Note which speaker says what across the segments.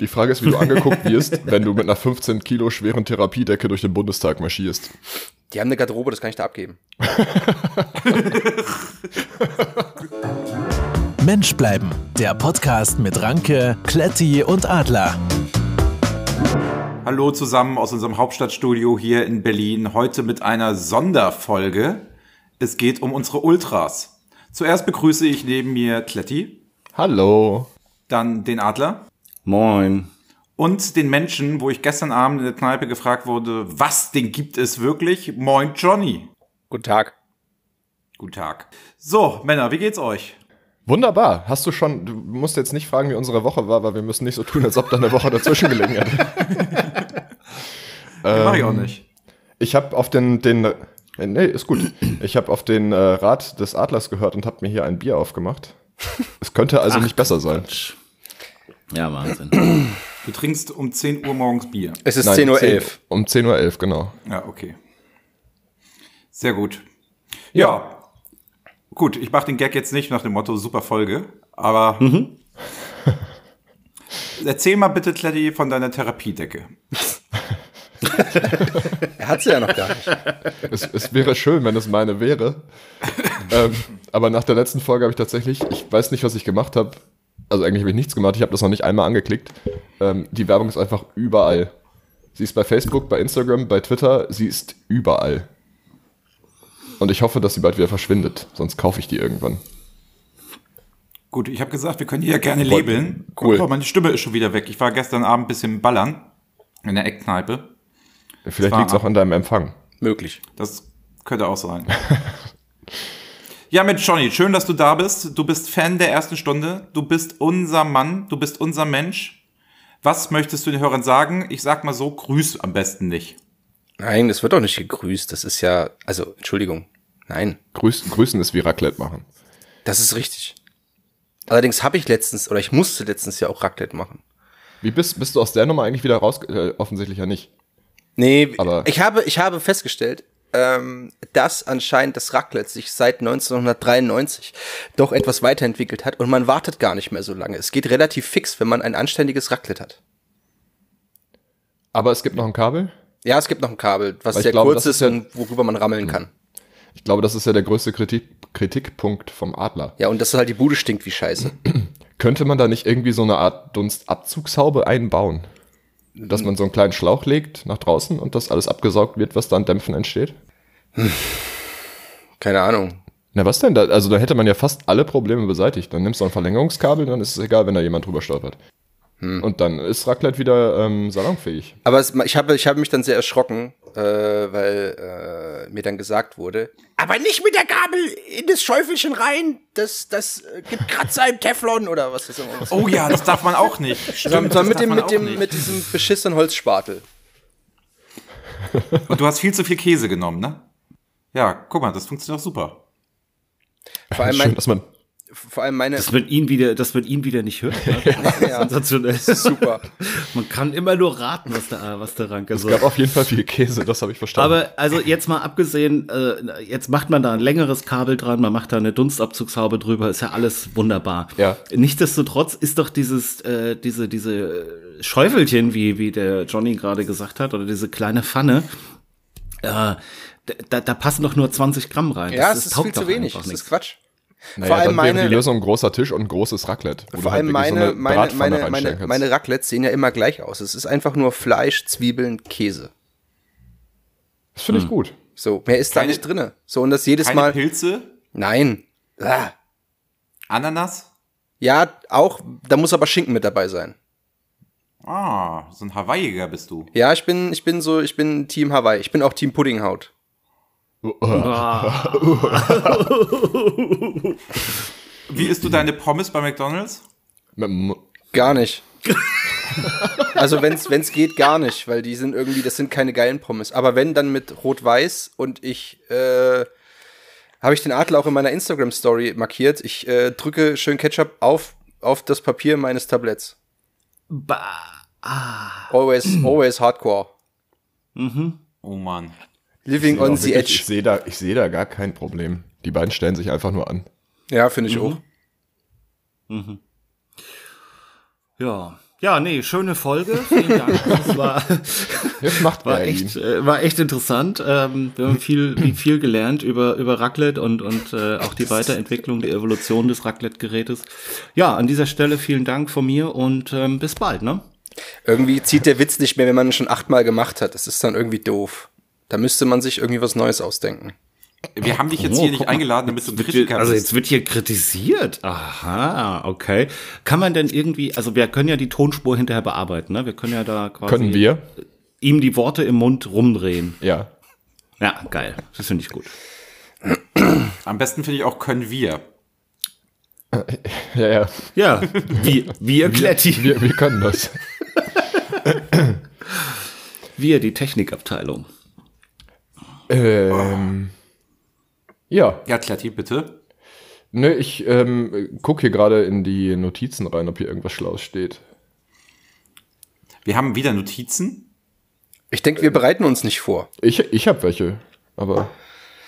Speaker 1: Die Frage ist, wie du angeguckt wirst, wenn du mit einer 15 Kilo schweren Therapiedecke durch den Bundestag marschierst.
Speaker 2: Die haben eine Garderobe, das kann ich da abgeben.
Speaker 3: Mensch bleiben, der Podcast mit Ranke, Kletti und Adler.
Speaker 4: Hallo zusammen aus unserem Hauptstadtstudio hier in Berlin. Heute mit einer Sonderfolge. Es geht um unsere Ultras. Zuerst begrüße ich neben mir Kletti,
Speaker 1: Hallo.
Speaker 4: dann den Adler
Speaker 5: Moin.
Speaker 4: und den Menschen, wo ich gestern Abend in der Kneipe gefragt wurde, was, den gibt es wirklich? Moin Johnny.
Speaker 2: Guten Tag.
Speaker 4: Guten Tag. So, Männer, wie geht's euch?
Speaker 1: Wunderbar. Hast du schon, du musst jetzt nicht fragen, wie unsere Woche war, weil wir müssen nicht so tun, als ob da eine Woche dazwischen gelegen hätte.
Speaker 4: Ähm, Mach ich auch nicht.
Speaker 1: Ich habe auf den, den, äh, nee, ist gut. Ich habe auf den äh, Rat des Adlers gehört und habe mir hier ein Bier aufgemacht. Es könnte also nicht besser sein.
Speaker 5: Ja, Wahnsinn.
Speaker 4: Du trinkst um 10 Uhr morgens Bier.
Speaker 2: Es ist
Speaker 1: Nein,
Speaker 2: 10.11 Uhr.
Speaker 1: Um 10.11 Uhr, genau.
Speaker 4: Ja, okay. Sehr gut. Ja. Gut, ich mache den Gag jetzt nicht nach dem Motto super Folge, aber erzähl mal bitte, Kletti, von deiner Therapiedecke.
Speaker 2: Er hat sie ja noch gar nicht.
Speaker 1: Es, es wäre schön, wenn es meine wäre. ähm, aber nach der letzten Folge habe ich tatsächlich, ich weiß nicht, was ich gemacht habe. Also eigentlich habe ich nichts gemacht, ich habe das noch nicht einmal angeklickt. Ähm, die Werbung ist einfach überall. Sie ist bei Facebook, bei Instagram, bei Twitter, sie ist überall. Und ich hoffe, dass sie bald wieder verschwindet, sonst kaufe ich die irgendwann.
Speaker 4: Gut, ich habe gesagt, wir können die ja gerne labeln.
Speaker 1: Cool.
Speaker 4: Oh, meine Stimme ist schon wieder weg. Ich war gestern Abend ein bisschen ballern in der Eckkneipe.
Speaker 1: Vielleicht
Speaker 4: war-
Speaker 1: liegt es auch an deinem Empfang.
Speaker 2: Möglich.
Speaker 4: Das könnte auch sein. ja, mit Johnny, schön, dass du da bist. Du bist Fan der ersten Stunde. Du bist unser Mann. Du bist unser Mensch. Was möchtest du den Hörern sagen? Ich sag mal so, grüß am besten nicht.
Speaker 2: Nein, das wird doch nicht gegrüßt. Das ist ja, also, Entschuldigung. Nein,
Speaker 1: Grüß, grüßen ist wie Raclette machen.
Speaker 2: das ist richtig. Allerdings habe ich letztens, oder ich musste letztens ja auch Raclette machen.
Speaker 1: Wie bist, bist du aus der Nummer eigentlich wieder raus? Äh, offensichtlich ja nicht.
Speaker 2: Nee,
Speaker 1: Aber-
Speaker 2: ich habe, ich habe festgestellt, ähm, dass anscheinend das Raclette sich seit 1993 doch etwas weiterentwickelt hat und man wartet gar nicht mehr so lange. Es geht relativ fix, wenn man ein anständiges Raclette hat.
Speaker 1: Aber es gibt noch ein Kabel.
Speaker 2: Ja, es gibt noch ein Kabel, was
Speaker 1: Weil ich
Speaker 2: sehr
Speaker 1: glaube,
Speaker 2: kurz
Speaker 1: das
Speaker 2: ist Hm.
Speaker 1: ist ja-
Speaker 2: und worüber man rammeln kann.
Speaker 1: Ich glaube, das ist ja der größte Kritik, Kritikpunkt vom Adler.
Speaker 2: Ja, und dass halt die Bude stinkt wie Scheiße.
Speaker 1: Könnte man da nicht irgendwie so eine Art Dunstabzugshaube einbauen? Dass man so einen kleinen Schlauch legt nach draußen und das alles abgesaugt wird, was da an Dämpfen entsteht?
Speaker 2: Keine Ahnung.
Speaker 1: Na, was denn da? Also, da hätte man ja fast alle Probleme beseitigt. Dann nimmst du ein Verlängerungskabel, dann ist es egal, wenn da jemand drüber stolpert.
Speaker 2: Hm.
Speaker 1: Und dann ist Raclette wieder ähm, salonfähig.
Speaker 2: Aber es, ich, habe, ich habe mich dann sehr erschrocken, äh, weil äh, mir dann gesagt wurde, aber nicht mit der Gabel in das Schäufelchen rein, das, das äh, gibt Kratzer im Teflon oder was das immer ist.
Speaker 4: Oh ja, das darf man auch nicht. Stimmt,
Speaker 2: Sondern
Speaker 4: das
Speaker 2: mit,
Speaker 4: darf
Speaker 2: dem,
Speaker 4: man auch
Speaker 2: mit, dem,
Speaker 4: nicht.
Speaker 2: mit diesem beschissenen Holzspatel.
Speaker 4: Und du hast viel zu viel Käse genommen, ne? Ja, guck mal, das funktioniert auch super.
Speaker 2: Vor allem,
Speaker 1: Schön,
Speaker 2: mein,
Speaker 1: dass man.
Speaker 2: vor allem meine...
Speaker 5: Dass man ihn wieder, dass man ihn wieder nicht hört. ne?
Speaker 2: Ja,
Speaker 5: Sensationell.
Speaker 2: super.
Speaker 5: Man kann immer nur raten, was der, was der Ranke
Speaker 1: Es gab
Speaker 5: sagt.
Speaker 1: auf jeden Fall viel Käse, das habe ich verstanden.
Speaker 5: Aber also jetzt mal abgesehen, äh, jetzt macht man da ein längeres Kabel dran, man macht da eine Dunstabzugshaube drüber, ist ja alles wunderbar.
Speaker 1: Ja.
Speaker 5: Nichtsdestotrotz ist doch dieses, äh, diese, diese Schäufelchen, wie, wie der Johnny gerade gesagt hat, oder diese kleine Pfanne, äh, da, da da passen doch nur 20 Gramm rein.
Speaker 2: Ja,
Speaker 5: Das-
Speaker 2: es
Speaker 5: das
Speaker 2: ist
Speaker 5: taugt
Speaker 2: viel zu
Speaker 5: doch
Speaker 2: wenig.
Speaker 5: einfach
Speaker 2: Das ist
Speaker 5: nichts.
Speaker 2: Quatsch.
Speaker 1: Naja,
Speaker 2: vor allem
Speaker 1: dann wäre
Speaker 2: meine-
Speaker 1: die Lösung ein großer Tisch und ein großes Raclette. wo du
Speaker 2: Vor
Speaker 1: halt
Speaker 2: allem
Speaker 1: wirklich so
Speaker 2: meine,
Speaker 1: eine
Speaker 2: meine,
Speaker 1: Bratpfanne
Speaker 2: meine,
Speaker 1: reinstellen
Speaker 2: meine,
Speaker 1: kannst.
Speaker 2: meine Raclettes sehen ja immer gleich aus. Es ist einfach nur Fleisch, Zwiebeln, Käse.
Speaker 1: Das
Speaker 2: Hm.
Speaker 1: finde ich gut.
Speaker 2: So, mehr ist da
Speaker 4: Keine-
Speaker 2: nicht drinne. So, und das jedes
Speaker 4: Keine
Speaker 2: Mal.
Speaker 4: Pilze,
Speaker 2: Nein. Ah.
Speaker 4: Ananas.
Speaker 2: Ja, auch, da muss aber Schinken mit dabei sein.
Speaker 4: Ah, so ein Hawaiiger bist du.
Speaker 2: Ja, ich bin, ich bin so, ich bin Team Hawaii. Ich bin auch Team Puddinghaut.
Speaker 4: Wie isst du deine Pommes bei McDonald's?
Speaker 1: Mit dem Mu-
Speaker 2: Gar nicht. also wenn's, wenn's geht, gar nicht, weil die sind irgendwie, das sind keine geilen Pommes. Aber wenn, dann mit Rot-Weiß und ich, äh, habe ich den Adler auch in meiner Instagram-Story markiert. Ich äh, drücke schön Ketchup auf, auf das Papier meines Tabletts.
Speaker 5: Bah.
Speaker 2: Always, always hardcore.
Speaker 4: Oh Mann.
Speaker 2: Living on the
Speaker 1: Wirklich, Ich
Speaker 2: edge.
Speaker 1: sehe da, ich sehe da gar kein Problem. Die beiden stellen sich einfach nur an.
Speaker 2: Mhm. Ja, finde ich auch.
Speaker 5: Ja. Ja, nee, schöne Folge. Vielen Dank. Das war,
Speaker 1: Jetzt macht
Speaker 5: war,
Speaker 1: man ihn.
Speaker 5: echt, äh, war echt interessant. Ähm, wir haben viel, viel- viel gelernt über, über Raclette und, und äh, auch die Weiterentwicklung, die Evolution des Raclette-Gerätes. Ja, an dieser Stelle vielen Dank von mir und ähm, bis bald, ne?
Speaker 2: Irgendwie zieht der Witz nicht mehr, wenn man ihn schon achtmal gemacht hat. Das ist dann irgendwie doof. Da müsste man sich irgendwie was Neues ausdenken.
Speaker 4: Wir haben dich jetzt
Speaker 5: Oh,
Speaker 4: hier nicht
Speaker 5: guck mal,
Speaker 4: eingeladen, damit du ein
Speaker 5: jetzt
Speaker 4: Kritiker
Speaker 5: wird hier, Also
Speaker 4: bist.
Speaker 5: jetzt wird hier kritisiert. Aha, okay. Kann man denn irgendwie, also wir können ja die Tonspur hinterher bearbeiten, ne? Wir können ja da quasi
Speaker 1: Können wir?
Speaker 5: ihm die Worte im Mund rumdrehen.
Speaker 1: Ja.
Speaker 5: Ja, geil. Das finde ich gut.
Speaker 4: Am besten finde ich auch, können wir.
Speaker 1: Ja, ja.
Speaker 5: Ja, wir, wir Kletti.
Speaker 1: Wir, wir können das.
Speaker 5: Wir, die Technikabteilung.
Speaker 1: Ähm, ja.
Speaker 4: Ja, Klatti, bitte.
Speaker 1: Nö, ich ähm, gucke hier gerade in die Notizen rein, ob hier irgendwas Schlaues steht.
Speaker 4: Wir haben wieder Notizen.
Speaker 2: Ich denke, wir bereiten uns nicht vor.
Speaker 1: Ich, ich habe welche, aber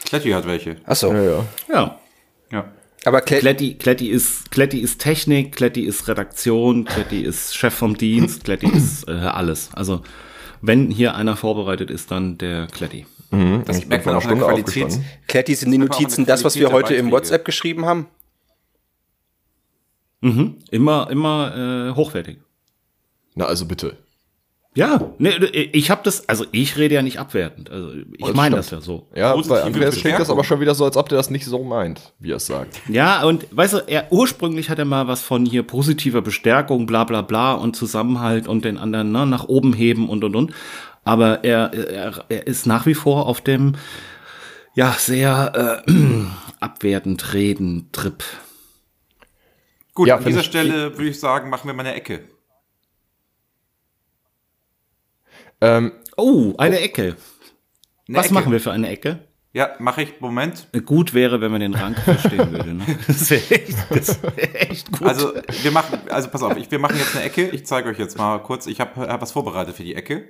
Speaker 4: Klatti hat welche.
Speaker 2: Ach so.
Speaker 1: ja, ja.
Speaker 5: Ja.
Speaker 4: Ja.
Speaker 2: Äh, Aber Klett,
Speaker 5: Kletti, Kletti, ist, Kletti ist Technik, Kletti ist Redaktion, Kletti ist Chef vom Dienst, Kletti ist äh, alles. Also, wenn hier einer vorbereitet ist, dann der Kletti.
Speaker 4: Das
Speaker 1: Hm, Ich bin
Speaker 4: merkt
Speaker 1: vor einer
Speaker 4: man auch an der
Speaker 1: Stunde
Speaker 4: Qualität.
Speaker 1: aufgestanden.
Speaker 2: Kletti sind die
Speaker 4: einfach auch eine
Speaker 2: Notizen, das, was wir
Speaker 4: Qualität
Speaker 2: heute
Speaker 4: der
Speaker 2: im
Speaker 4: Beiträge.
Speaker 2: WhatsApp geschrieben haben.
Speaker 5: Immer, immer äh, hochwertig.
Speaker 1: Na, also bitte.
Speaker 5: Ja, ne, ich habe das, also ich rede ja nicht abwertend. Also ich
Speaker 1: Oh, das
Speaker 5: meine
Speaker 1: stimmt.
Speaker 5: das ja so.
Speaker 1: Ja,
Speaker 4: Positive
Speaker 1: bei Andreas klingt das
Speaker 4: Bestärkung.
Speaker 1: aber schon wieder so, als ob der das nicht so meint, wie er es sagt.
Speaker 5: Ja, und weißt du, er ursprünglich hat er mal was von hier positiver Bestärkung, bla bla bla und Zusammenhalt und den anderen ne, nach oben heben und und und. Aber er, er, er ist nach wie vor auf dem ja sehr äh, abwertend reden Trip.
Speaker 4: Gut,
Speaker 1: Ja,
Speaker 4: an
Speaker 1: find
Speaker 4: dieser
Speaker 1: ich-
Speaker 4: Stelle würde ich sagen, machen wir mal eine Ecke.
Speaker 1: Ähm,
Speaker 5: Oh, eine Ecke.
Speaker 4: Eine
Speaker 5: Was
Speaker 4: Ecke.
Speaker 5: machen wir für eine Ecke? Äh,
Speaker 4: Ja, mache ich. Moment.
Speaker 5: Gut wäre, wenn man den Rang verstehen würde. Ne? Das wäre echt, das wär echt gut.
Speaker 4: Also wir machen, also pass auf, ich, wir machen jetzt eine Ecke. Ich zeige euch jetzt mal kurz. Ich habe hab was vorbereitet für die Ecke.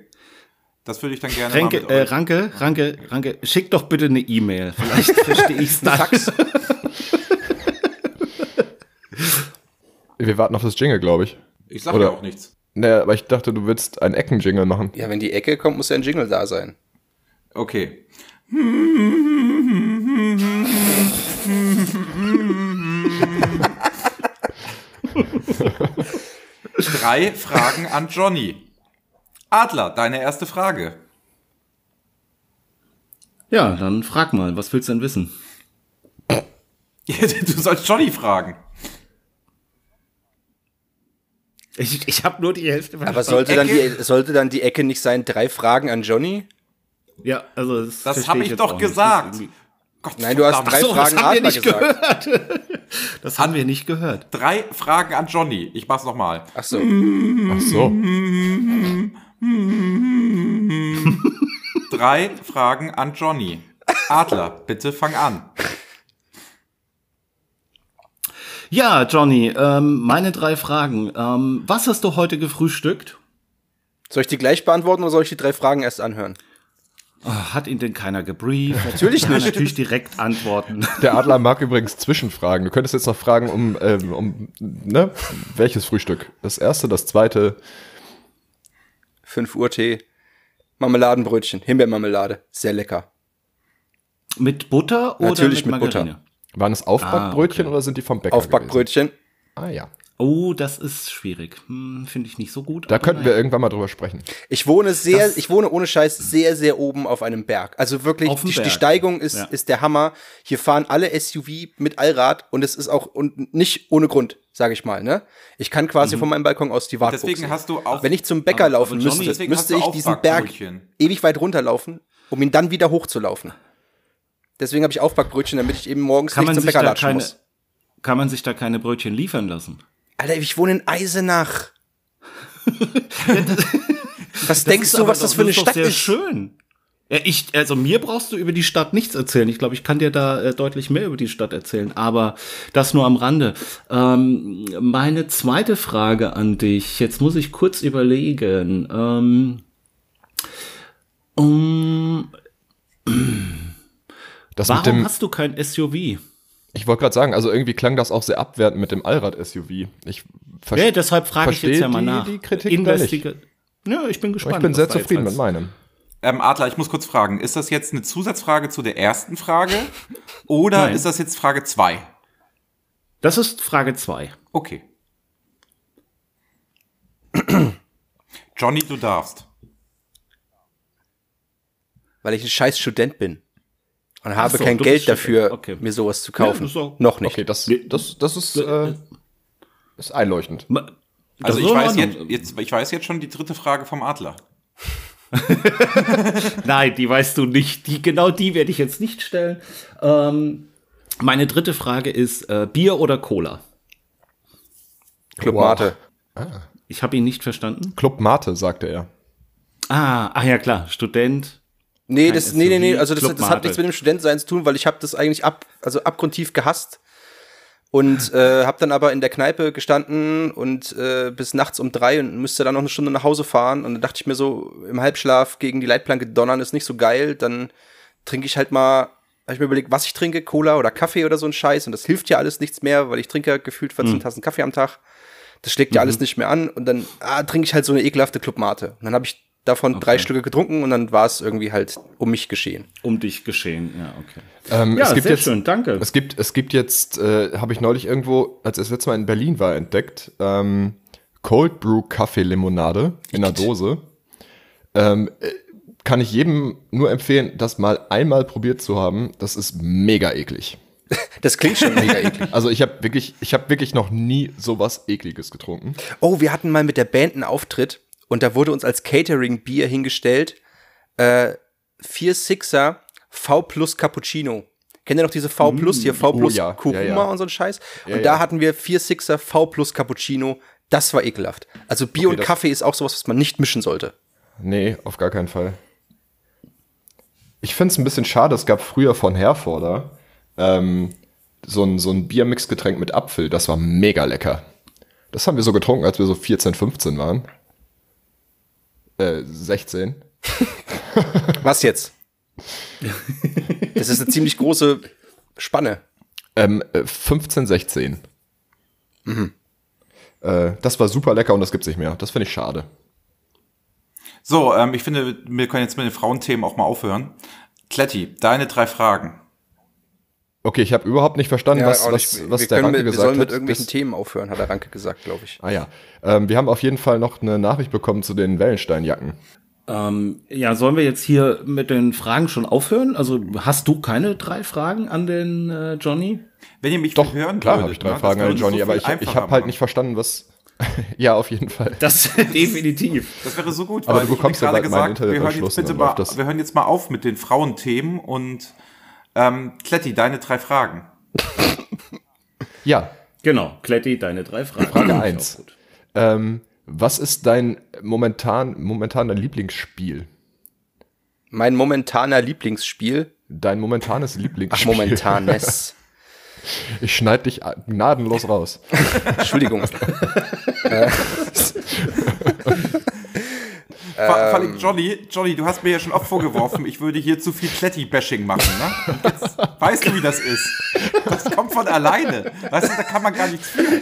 Speaker 4: Das würde ich dann gerne
Speaker 5: Ranke,
Speaker 4: mal mit
Speaker 5: äh,
Speaker 4: euch.
Speaker 5: Ranke, Ranke, Ranke, schick doch bitte eine E-Mail. Vielleicht verstehe ich's dann.
Speaker 1: wir warten auf das Jingle, glaube ich.
Speaker 4: Ich sage ja
Speaker 1: oder-
Speaker 4: auch nichts.
Speaker 1: Naja, aber ich dachte, du willst einen Ecken-Jingle machen.
Speaker 2: Ja, wenn die Ecke kommt, muss ja ein Jingle da sein.
Speaker 4: Okay. Drei Fragen an Johnny. Adler, deine erste Frage.
Speaker 5: Ja, dann frag mal, was willst du denn wissen?
Speaker 4: Du sollst Johnny fragen.
Speaker 5: Ich, ich habe nur die Hälfte
Speaker 2: Aber sollte dann, die, sollte dann die Ecke nicht sein, drei Fragen an Johnny?
Speaker 5: Ja, also
Speaker 4: Das
Speaker 5: das, versteh
Speaker 4: habe
Speaker 5: ich
Speaker 4: ich
Speaker 5: jetzt auch
Speaker 4: doch
Speaker 5: nicht.
Speaker 4: gesagt.
Speaker 5: Das, ist
Speaker 4: Gott,
Speaker 2: Nein, du hast
Speaker 4: verdammt.
Speaker 2: drei
Speaker 5: so, das
Speaker 2: Fragen
Speaker 5: haben wir
Speaker 2: Adler
Speaker 5: nicht
Speaker 2: gesagt.
Speaker 5: irgendwie- das haben wir nicht gehört.
Speaker 4: Drei Fragen an Johnny. Ich mach's nochmal.
Speaker 2: Ach so.
Speaker 1: Ach so.
Speaker 4: Drei Fragen an Johnny. Adler, bitte fang an.
Speaker 5: Ja, Johnny, ähm, meine drei Fragen. Ähm, was hast du heute gefrühstückt?
Speaker 2: Soll ich die gleich beantworten oder soll ich die drei Fragen erst anhören?
Speaker 5: Hat ihn denn keiner gebrieft?
Speaker 2: Natürlich
Speaker 5: Ja,
Speaker 2: nicht.
Speaker 5: Natürlich direkt antworten.
Speaker 1: Der Adler mag übrigens Zwischenfragen. Du könntest jetzt noch fragen, um, ähm, um ne? welches Frühstück? Das erste, das zweite.
Speaker 2: 5 Uhr Tee, Marmeladenbrötchen, Himbeermarmelade, sehr lecker.
Speaker 5: Mit Butter oder
Speaker 2: Natürlich
Speaker 5: mit
Speaker 2: mit Butter.
Speaker 5: Margarine?
Speaker 1: Waren es
Speaker 5: Ah,
Speaker 1: Aufbackbrötchen oder sind die vom Bäcker? gewesen?
Speaker 2: Aufbackbrötchen.
Speaker 1: Ah ja.
Speaker 5: Oh, das ist schwierig. Hm, Finde ich nicht so gut.
Speaker 1: Da
Speaker 5: aber
Speaker 1: könnten
Speaker 5: naja.
Speaker 1: wir irgendwann mal drüber sprechen.
Speaker 2: Ich wohne sehr, ich wohne ohne Scheiß sehr, sehr oben auf einem Berg. Also wirklich,
Speaker 5: Auf dem
Speaker 2: die, die
Speaker 5: Berg.
Speaker 2: Steigung ist,
Speaker 5: Ja.
Speaker 2: ist der Hammer. Hier fahren alle SUV mit Allrad und es ist auch und nicht ohne Grund, sage ich mal. Ne? Ich kann
Speaker 5: Mhm.
Speaker 2: quasi von meinem Balkon aus die Wartburg
Speaker 4: Deswegen
Speaker 2: sehen.
Speaker 4: hast du auf-
Speaker 2: Wenn ich zum Bäcker laufen
Speaker 5: Ah, Johnny,
Speaker 2: müsste,
Speaker 4: deswegen hast
Speaker 2: müsste
Speaker 4: du
Speaker 2: ich diesen Berg
Speaker 4: Aufbackbrötchen.
Speaker 2: ewig weit runterlaufen, um ihn dann wieder hochzulaufen. Deswegen habe ich Aufbackbrötchen, damit ich eben morgens
Speaker 5: kann
Speaker 2: nicht
Speaker 5: man
Speaker 2: zum
Speaker 5: sich
Speaker 2: Bäcker
Speaker 5: da
Speaker 2: latschen
Speaker 5: keine,
Speaker 2: muss.
Speaker 5: kann man sich da keine Brötchen liefern lassen?
Speaker 2: Alter, ich wohne in Eisenach. Was denkst du, was das für eine Stadt
Speaker 5: sehr
Speaker 2: ist?
Speaker 5: schön. Ja, ich, also mir brauchst du über die Stadt nichts erzählen. Ich glaube, ich kann dir da äh, deutlich mehr über die Stadt erzählen, aber das nur am Rande. Ähm, meine zweite Frage an dich. Jetzt muss ich kurz überlegen. Ähm, um,
Speaker 1: Das mit
Speaker 5: warum
Speaker 1: dem,
Speaker 5: hast du kein SUV?
Speaker 1: Ich wollte gerade sagen, also irgendwie klang das auch sehr abwertend mit dem Allrad-SUV. Ich ver-
Speaker 5: Nee, deshalb frage ich
Speaker 1: verstehe
Speaker 5: jetzt ja mal
Speaker 1: die,
Speaker 5: nach.
Speaker 1: die Kritik da nicht.
Speaker 5: Investiga- Ja, ich bin
Speaker 1: Aber
Speaker 5: gespannt.
Speaker 1: Ich bin
Speaker 5: was
Speaker 1: sehr
Speaker 5: da jetzt
Speaker 1: zufrieden
Speaker 5: als-
Speaker 1: mit meinem.
Speaker 4: Ähm, Adler, ich muss kurz fragen, ist das jetzt eine Zusatzfrage zu der ersten Frage oder
Speaker 5: Nein.
Speaker 4: ist das jetzt Frage zwei?
Speaker 5: Das ist Frage 2.
Speaker 4: Okay. Johnny, du darfst.
Speaker 2: weil ich ein scheiß Student bin und habe
Speaker 5: so,
Speaker 2: kein
Speaker 5: du
Speaker 2: Geld
Speaker 5: bist
Speaker 2: dafür,
Speaker 5: Student, okay.
Speaker 2: mir sowas zu
Speaker 5: Ja,
Speaker 2: kaufen.
Speaker 5: das ist auch-
Speaker 2: Noch nicht.
Speaker 1: Okay, das,
Speaker 5: Nee.
Speaker 1: das, das ist, äh, ist einleuchtend.
Speaker 4: Also ich weiß, jetzt, jetzt, ich weiß jetzt schon die dritte Frage vom Adler.
Speaker 5: Nein, die weißt du nicht. Die, genau die werde ich jetzt nicht stellen. Ähm, meine dritte Frage ist: äh, Bier oder Cola?
Speaker 2: Club
Speaker 1: Wow.
Speaker 2: Mate.
Speaker 5: Ich habe ihn nicht verstanden.
Speaker 1: Club Mate, sagte er.
Speaker 5: Ah, ach ja, klar, Student.
Speaker 2: Nee,
Speaker 5: Nein,
Speaker 2: das,
Speaker 5: SUV,
Speaker 2: nee, nee, nee, also das,
Speaker 5: Club
Speaker 2: das hat
Speaker 5: Mate.
Speaker 2: nichts mit dem Studentsein zu tun, weil ich habe das eigentlich ab, also abgrundtief gehasst und äh, habe dann aber in der Kneipe gestanden und äh, bis nachts um drei und müsste dann noch eine Stunde nach Hause fahren und dann dachte ich mir so im Halbschlaf gegen die Leitplanke donnern ist nicht so geil, dann trinke ich halt mal, habe ich mir überlegt, was ich trinke, Cola oder Kaffee oder so ein Scheiß und das hilft ja alles nichts mehr, weil ich trinke ja gefühlt
Speaker 5: Mhm.
Speaker 2: 14 Tassen Kaffee am Tag. Das schlägt ja
Speaker 1: Mhm.
Speaker 2: alles nicht mehr an und dann ah, trinke ich halt so eine ekelhafte Clubmate. Und dann habe ich davon drei Stücke getrunken und dann war es irgendwie halt um mich geschehen.
Speaker 5: Um dich geschehen, ja, okay.
Speaker 1: Ähm,
Speaker 5: Ja,
Speaker 1: es gibt
Speaker 5: sehr
Speaker 1: jetzt,
Speaker 5: schön, danke.
Speaker 1: Es gibt, es gibt jetzt, äh, habe ich neulich irgendwo, als ich das letzte Mal in Berlin war, entdeckt, ähm, Cold Brew Kaffee Limonade in einer Dose. Ähm, äh, kann ich jedem nur empfehlen, das mal einmal probiert zu haben. Das ist mega eklig.
Speaker 2: Das klingt schon mega eklig.
Speaker 1: Also ich habe wirklich, ich habe wirklich noch nie sowas ekliges getrunken.
Speaker 2: Oh, wir hatten mal mit der Band einen Auftritt und da wurde uns als Catering-Bier hingestellt äh, vier Sixer V plus Cappuccino. Kennt ihr noch diese V plus hier? V
Speaker 1: Mm.
Speaker 2: plus
Speaker 1: Oh ja, ja,
Speaker 2: Kurkuma
Speaker 1: ja.
Speaker 2: und so ein Scheiß? Und
Speaker 1: Ja,
Speaker 2: da
Speaker 1: ja.
Speaker 2: hatten wir vier Sixer V plus Cappuccino. Das war ekelhaft. Also Bier und
Speaker 1: das-
Speaker 2: Kaffee ist auch sowas, was man nicht mischen sollte.
Speaker 1: Nee, auf gar keinen Fall. Ich finde es ein bisschen schade, es gab früher von Herforder ähm, so ein, so ein Biermixgetränk mit Apfel, das war mega lecker. Das haben wir so getrunken, als wir so 14, 15 waren. Äh, 16.
Speaker 2: Was jetzt? das ist eine ziemlich große Spanne.
Speaker 1: Ähm, äh, 15, 16.
Speaker 2: Mhm.
Speaker 1: Äh, das war super lecker und das gibt's nicht mehr. Das finde ich schade.
Speaker 4: So, ähm, ich finde, wir können jetzt mit den Frauenthemen auch mal aufhören. Kletti, deine drei Fragen.
Speaker 1: Okay, ich habe überhaupt nicht verstanden, was,
Speaker 2: auch
Speaker 1: was,
Speaker 2: nicht.
Speaker 1: was
Speaker 2: wir
Speaker 1: der
Speaker 2: können
Speaker 1: Ranke
Speaker 2: mit,
Speaker 1: gesagt
Speaker 2: Wir sollen
Speaker 1: hat.
Speaker 2: mit irgendwelchen
Speaker 1: Das-
Speaker 2: Themen aufhören, hat der Ranke gesagt, glaube ich.
Speaker 1: Ah ja. Ähm, wir haben auf jeden Fall noch eine Nachricht bekommen zu den Wellensteinjacken.
Speaker 5: Ähm, ja, sollen wir jetzt hier mit den Fragen schon aufhören? Also hast du keine drei Fragen an den äh, Johnny?
Speaker 4: Wenn ihr mich
Speaker 1: Doch,
Speaker 4: hören
Speaker 1: klar
Speaker 4: würdet,
Speaker 1: habe ich
Speaker 4: ne,
Speaker 1: drei
Speaker 4: das
Speaker 1: Fragen
Speaker 4: würde
Speaker 1: an
Speaker 4: es
Speaker 1: Johnny,
Speaker 4: so
Speaker 1: aber
Speaker 4: viel
Speaker 1: ich, ich
Speaker 4: einfacher
Speaker 1: habe halt
Speaker 4: machen.
Speaker 1: nicht verstanden, was. ja, auf jeden Fall.
Speaker 5: Das definitiv.
Speaker 4: Das wäre so gut,
Speaker 1: Aber
Speaker 4: weil
Speaker 1: du
Speaker 4: ich habe
Speaker 1: bekommst ja
Speaker 4: gerade
Speaker 1: bald meinen
Speaker 4: gesagt, wir hören,
Speaker 1: Internetanschluss
Speaker 4: jetzt
Speaker 1: und
Speaker 4: bitte
Speaker 1: dann
Speaker 4: mal,
Speaker 1: läuft das.
Speaker 4: wir hören jetzt mal auf mit den Frauenthemen und ähm, Kletti, deine drei Fragen.
Speaker 1: Ja.
Speaker 5: Genau, Kletti, deine drei Fragen.
Speaker 1: Frage
Speaker 5: Finde ich
Speaker 1: eins.
Speaker 5: auch gut.
Speaker 1: Ähm, was ist dein momentan, momentan dein Lieblingsspiel?
Speaker 2: Mein momentaner Lieblingsspiel.
Speaker 1: Dein momentanes Lieblingsspiel.
Speaker 2: Momentanes.
Speaker 1: Ich schneide dich a- gnadenlos raus.
Speaker 2: Entschuldigung.
Speaker 4: Vor, vor
Speaker 1: Ähm.
Speaker 4: allem Johnny, Johnny, du hast mir ja schon oft vorgeworfen, ich würde hier zu viel Kletti-Bashing machen. Ne? Und Jetzt weißt du, wie das ist. Das kommt von alleine. Weißt du, da kann man gar nichts für.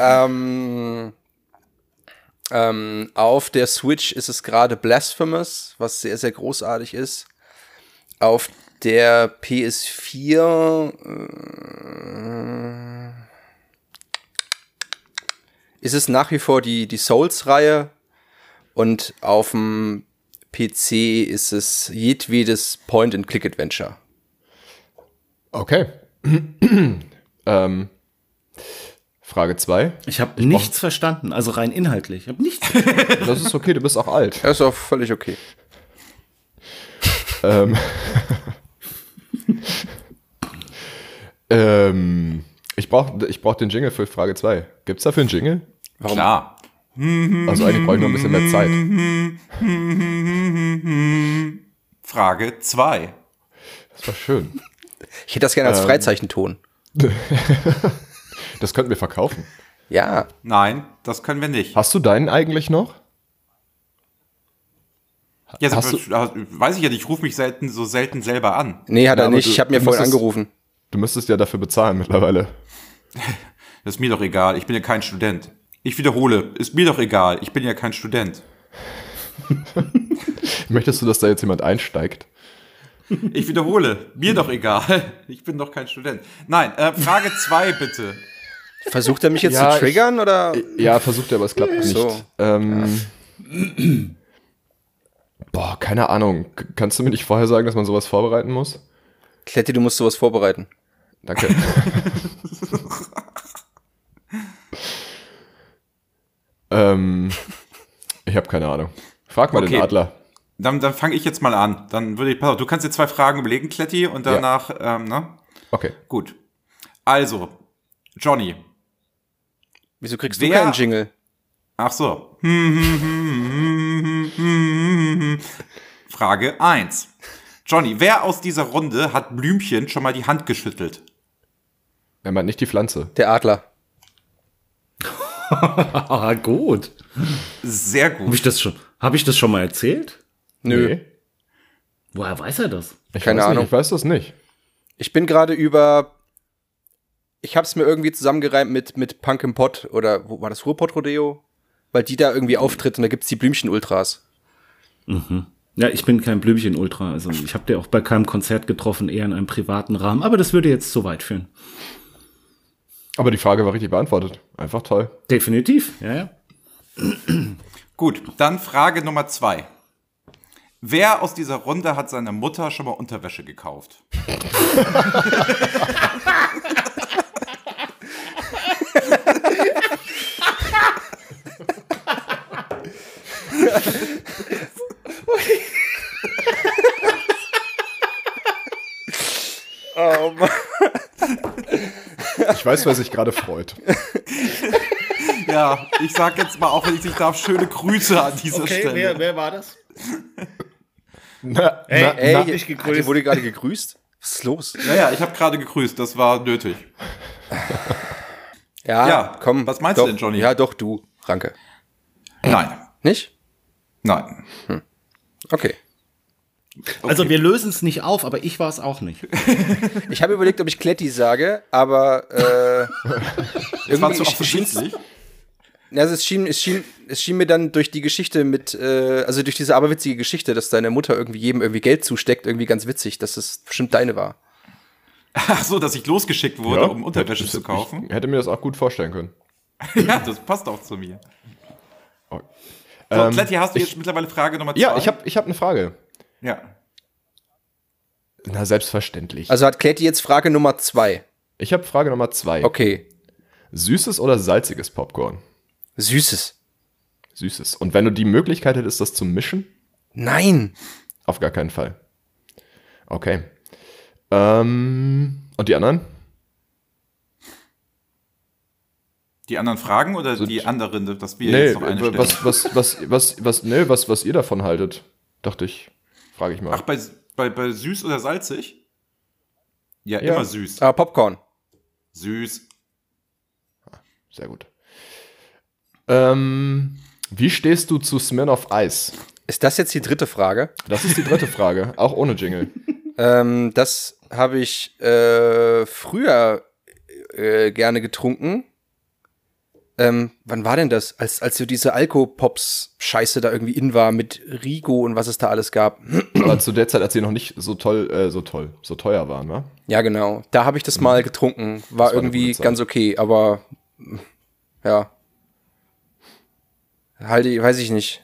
Speaker 2: ähm, ähm, auf der Switch ist es gerade Blasphemous, was sehr, sehr großartig ist. Auf der PS4 äh, ist es nach wie vor die, die Souls-Reihe. Und auf dem PC ist es jedwedes Point-and-Click-Adventure.
Speaker 1: Okay. ähm, Frage 2.
Speaker 5: Ich habe nichts verstanden, also rein inhaltlich. Ich habe nichts. verstanden.
Speaker 1: Das ist okay, du bist auch alt.
Speaker 2: Das ist auch völlig okay.
Speaker 1: Ähm. ähm, ich brauche ich brauch den Jingle für Frage 2. Gibt's dafür einen Jingle?
Speaker 2: Warum?
Speaker 4: Klar.
Speaker 1: Also eigentlich brauche ich noch ein bisschen mehr Zeit.
Speaker 4: Frage zwei.
Speaker 1: Das war schön.
Speaker 2: Ich hätte das gerne als Freizeichenton.
Speaker 1: Das könnten wir verkaufen.
Speaker 2: Ja.
Speaker 4: Nein, das können wir nicht.
Speaker 1: Hast du deinen eigentlich noch?
Speaker 4: Ja,
Speaker 1: Hast
Speaker 4: so, weiß ich ja nicht, ich rufe mich selten, so selten selber an.
Speaker 2: Nee, hat
Speaker 1: Ja,
Speaker 2: er
Speaker 1: aber
Speaker 2: nicht.
Speaker 1: du-
Speaker 2: Ich habe mir
Speaker 1: du
Speaker 2: vorhin
Speaker 1: musstest-
Speaker 2: angerufen.
Speaker 1: Du müsstest ja dafür bezahlen mittlerweile.
Speaker 4: Das ist mir doch egal, ich bin ja kein Student. Ich wiederhole, ist mir doch egal, ich bin ja kein Student.
Speaker 1: Möchtest du, dass da jetzt jemand einsteigt?
Speaker 4: Ich wiederhole, mir doch egal, ich bin doch kein Student. Nein, äh, Frage zwei bitte.
Speaker 2: Versucht er mich jetzt
Speaker 1: Ja, Äh,
Speaker 2: zu triggern oder?
Speaker 1: Ja, versucht er, aber es klappt nicht.
Speaker 2: So.
Speaker 1: Ähm, boah, keine Ahnung. K- Kannst du mir nicht vorher sagen, dass man sowas vorbereiten muss?
Speaker 2: Kletti, du musst sowas vorbereiten.
Speaker 1: Danke. ähm, ich habe keine Ahnung. Frag mal
Speaker 4: Okay.
Speaker 1: den Adler.
Speaker 4: Dann, dann fange ich jetzt mal an. Dann würde ich, pass auf, du kannst dir zwei Fragen überlegen, Kletti, und danach, ähm, ne?
Speaker 1: Okay.
Speaker 4: Gut. Also, Johnny.
Speaker 2: Wieso kriegst du
Speaker 4: Wer-
Speaker 2: keinen Jingle?
Speaker 4: Ach so. Frage eins. Johnny, wer aus dieser Runde hat Blümchen schon mal die Hand geschüttelt?
Speaker 1: Er meint nicht die Pflanze.
Speaker 2: Der Adler.
Speaker 5: Ah, gut.
Speaker 4: Sehr
Speaker 5: Habe
Speaker 4: gut.
Speaker 5: ich das schon, habe ich das schon mal erzählt?
Speaker 2: Nö.
Speaker 5: Woher weiß er das?
Speaker 1: Ich
Speaker 2: Keine
Speaker 1: weiß
Speaker 2: Ahnung.
Speaker 1: Nicht, ich weiß das nicht.
Speaker 2: Ich bin gerade über. Ich hab's mir irgendwie zusammengereimt mit, mit Punk im Pott oder wo war das Ruhrpott Rodeo? Weil die da irgendwie auftritt und da gibt's die Blümchen-Ultras.
Speaker 5: Ja, ich bin kein Blümchen-Ultra. Also ich habe dir auch bei keinem Konzert getroffen, eher in einem privaten Rahmen. Aber das würde jetzt zu weit führen.
Speaker 1: Aber die Frage war richtig beantwortet. Einfach toll.
Speaker 5: Definitiv. Ja, ja.
Speaker 4: Gut, dann Frage Nummer zwei. Wer aus dieser Runde hat seiner Mutter schon mal Unterwäsche gekauft?
Speaker 2: Oh Mann.
Speaker 1: Ich weiß, wer sich gerade freut.
Speaker 4: Ja, ich sag jetzt mal, auch wenn ich nicht darf, schöne Grüße an dieser Stelle.
Speaker 5: war das?
Speaker 1: Na, na,
Speaker 2: Ey,
Speaker 1: na,
Speaker 5: dich
Speaker 2: ah, die
Speaker 5: gegrüßt.
Speaker 2: wurde gerade gegrüßt? Was ist los?
Speaker 4: Ja, ja, ich habe gerade gegrüßt, das war nötig.
Speaker 2: Ja,
Speaker 4: Ja,
Speaker 2: komm.
Speaker 4: was meinst du
Speaker 2: doch,
Speaker 4: denn, Johnny?
Speaker 2: Ja, doch, du, Ranke.
Speaker 4: Nein,
Speaker 2: Nicht?
Speaker 4: nein.
Speaker 2: Okay.
Speaker 5: Also wir lösen es nicht auf, aber ich war es auch nicht.
Speaker 2: Ich habe überlegt, ob ich Kletti sage, aber äh,
Speaker 4: Das war zu
Speaker 2: schien-
Speaker 4: offensichtlich.
Speaker 2: Ja, Also es schien, es schien, es schien mir dann durch die Geschichte mit, äh, also durch diese aberwitzige Geschichte, dass deine Mutter irgendwie jedem irgendwie Geld zusteckt, irgendwie ganz witzig, dass es bestimmt deine war.
Speaker 4: Ach so, dass ich losgeschickt wurde,
Speaker 1: Ja.
Speaker 4: um Unterwäsche
Speaker 1: Ich-
Speaker 4: zu kaufen.
Speaker 1: Ich hätte mir das auch gut vorstellen können.
Speaker 4: Ja, das passt auch zu mir.
Speaker 1: Okay.
Speaker 4: So,
Speaker 1: Ähm,
Speaker 4: Kletti, hast du
Speaker 1: ich-
Speaker 4: jetzt mittlerweile Frage Nummer zwei?
Speaker 1: Ja, ich habe ich hab eine Frage.
Speaker 4: Ja.
Speaker 1: Na, selbstverständlich.
Speaker 2: Also hat Katie jetzt Frage Nummer zwei.
Speaker 1: ich habe Frage Nummer zwei.
Speaker 2: Okay.
Speaker 1: Süßes oder salziges Popcorn?
Speaker 2: Süßes.
Speaker 1: Süßes. Und wenn du die Möglichkeit hättest, das zu mischen?
Speaker 2: Nein.
Speaker 1: Auf gar keinen Fall. Okay. Ähm, und die anderen?
Speaker 4: Die anderen Fragen oder
Speaker 1: So-
Speaker 4: die anderen, dass wir
Speaker 1: nee,
Speaker 4: jetzt noch eine stellen?
Speaker 1: was, was, was, was, was, nee, was, was ihr davon haltet, dachte ich. Frage ich mal.
Speaker 4: Ach, bei, bei, bei süß oder salzig? Ja,
Speaker 1: Ja.
Speaker 4: immer süß.
Speaker 2: Ah, Popcorn.
Speaker 4: Süß.
Speaker 1: Sehr gut. Ähm, wie stehst du zu Smirnoff Eis?
Speaker 2: Ist das jetzt die dritte Frage?
Speaker 1: Das ist die dritte Frage, auch ohne Jingle.
Speaker 2: Ähm, das habe ich äh, früher äh, gerne getrunken. Ähm, wann war denn das? Als, als so diese Alkopops-Scheiße da irgendwie in war mit Rigo und was es da alles gab.
Speaker 1: Aber zu der Zeit, als sie noch nicht so toll, äh, so toll, so teuer waren, wa?
Speaker 2: Ja, genau. Da habe ich das mal getrunken. War,
Speaker 1: Das war eine
Speaker 2: irgendwie
Speaker 1: gute Zeit.
Speaker 2: ganz okay, aber mm, ja. Halte ich, weiß ich nicht.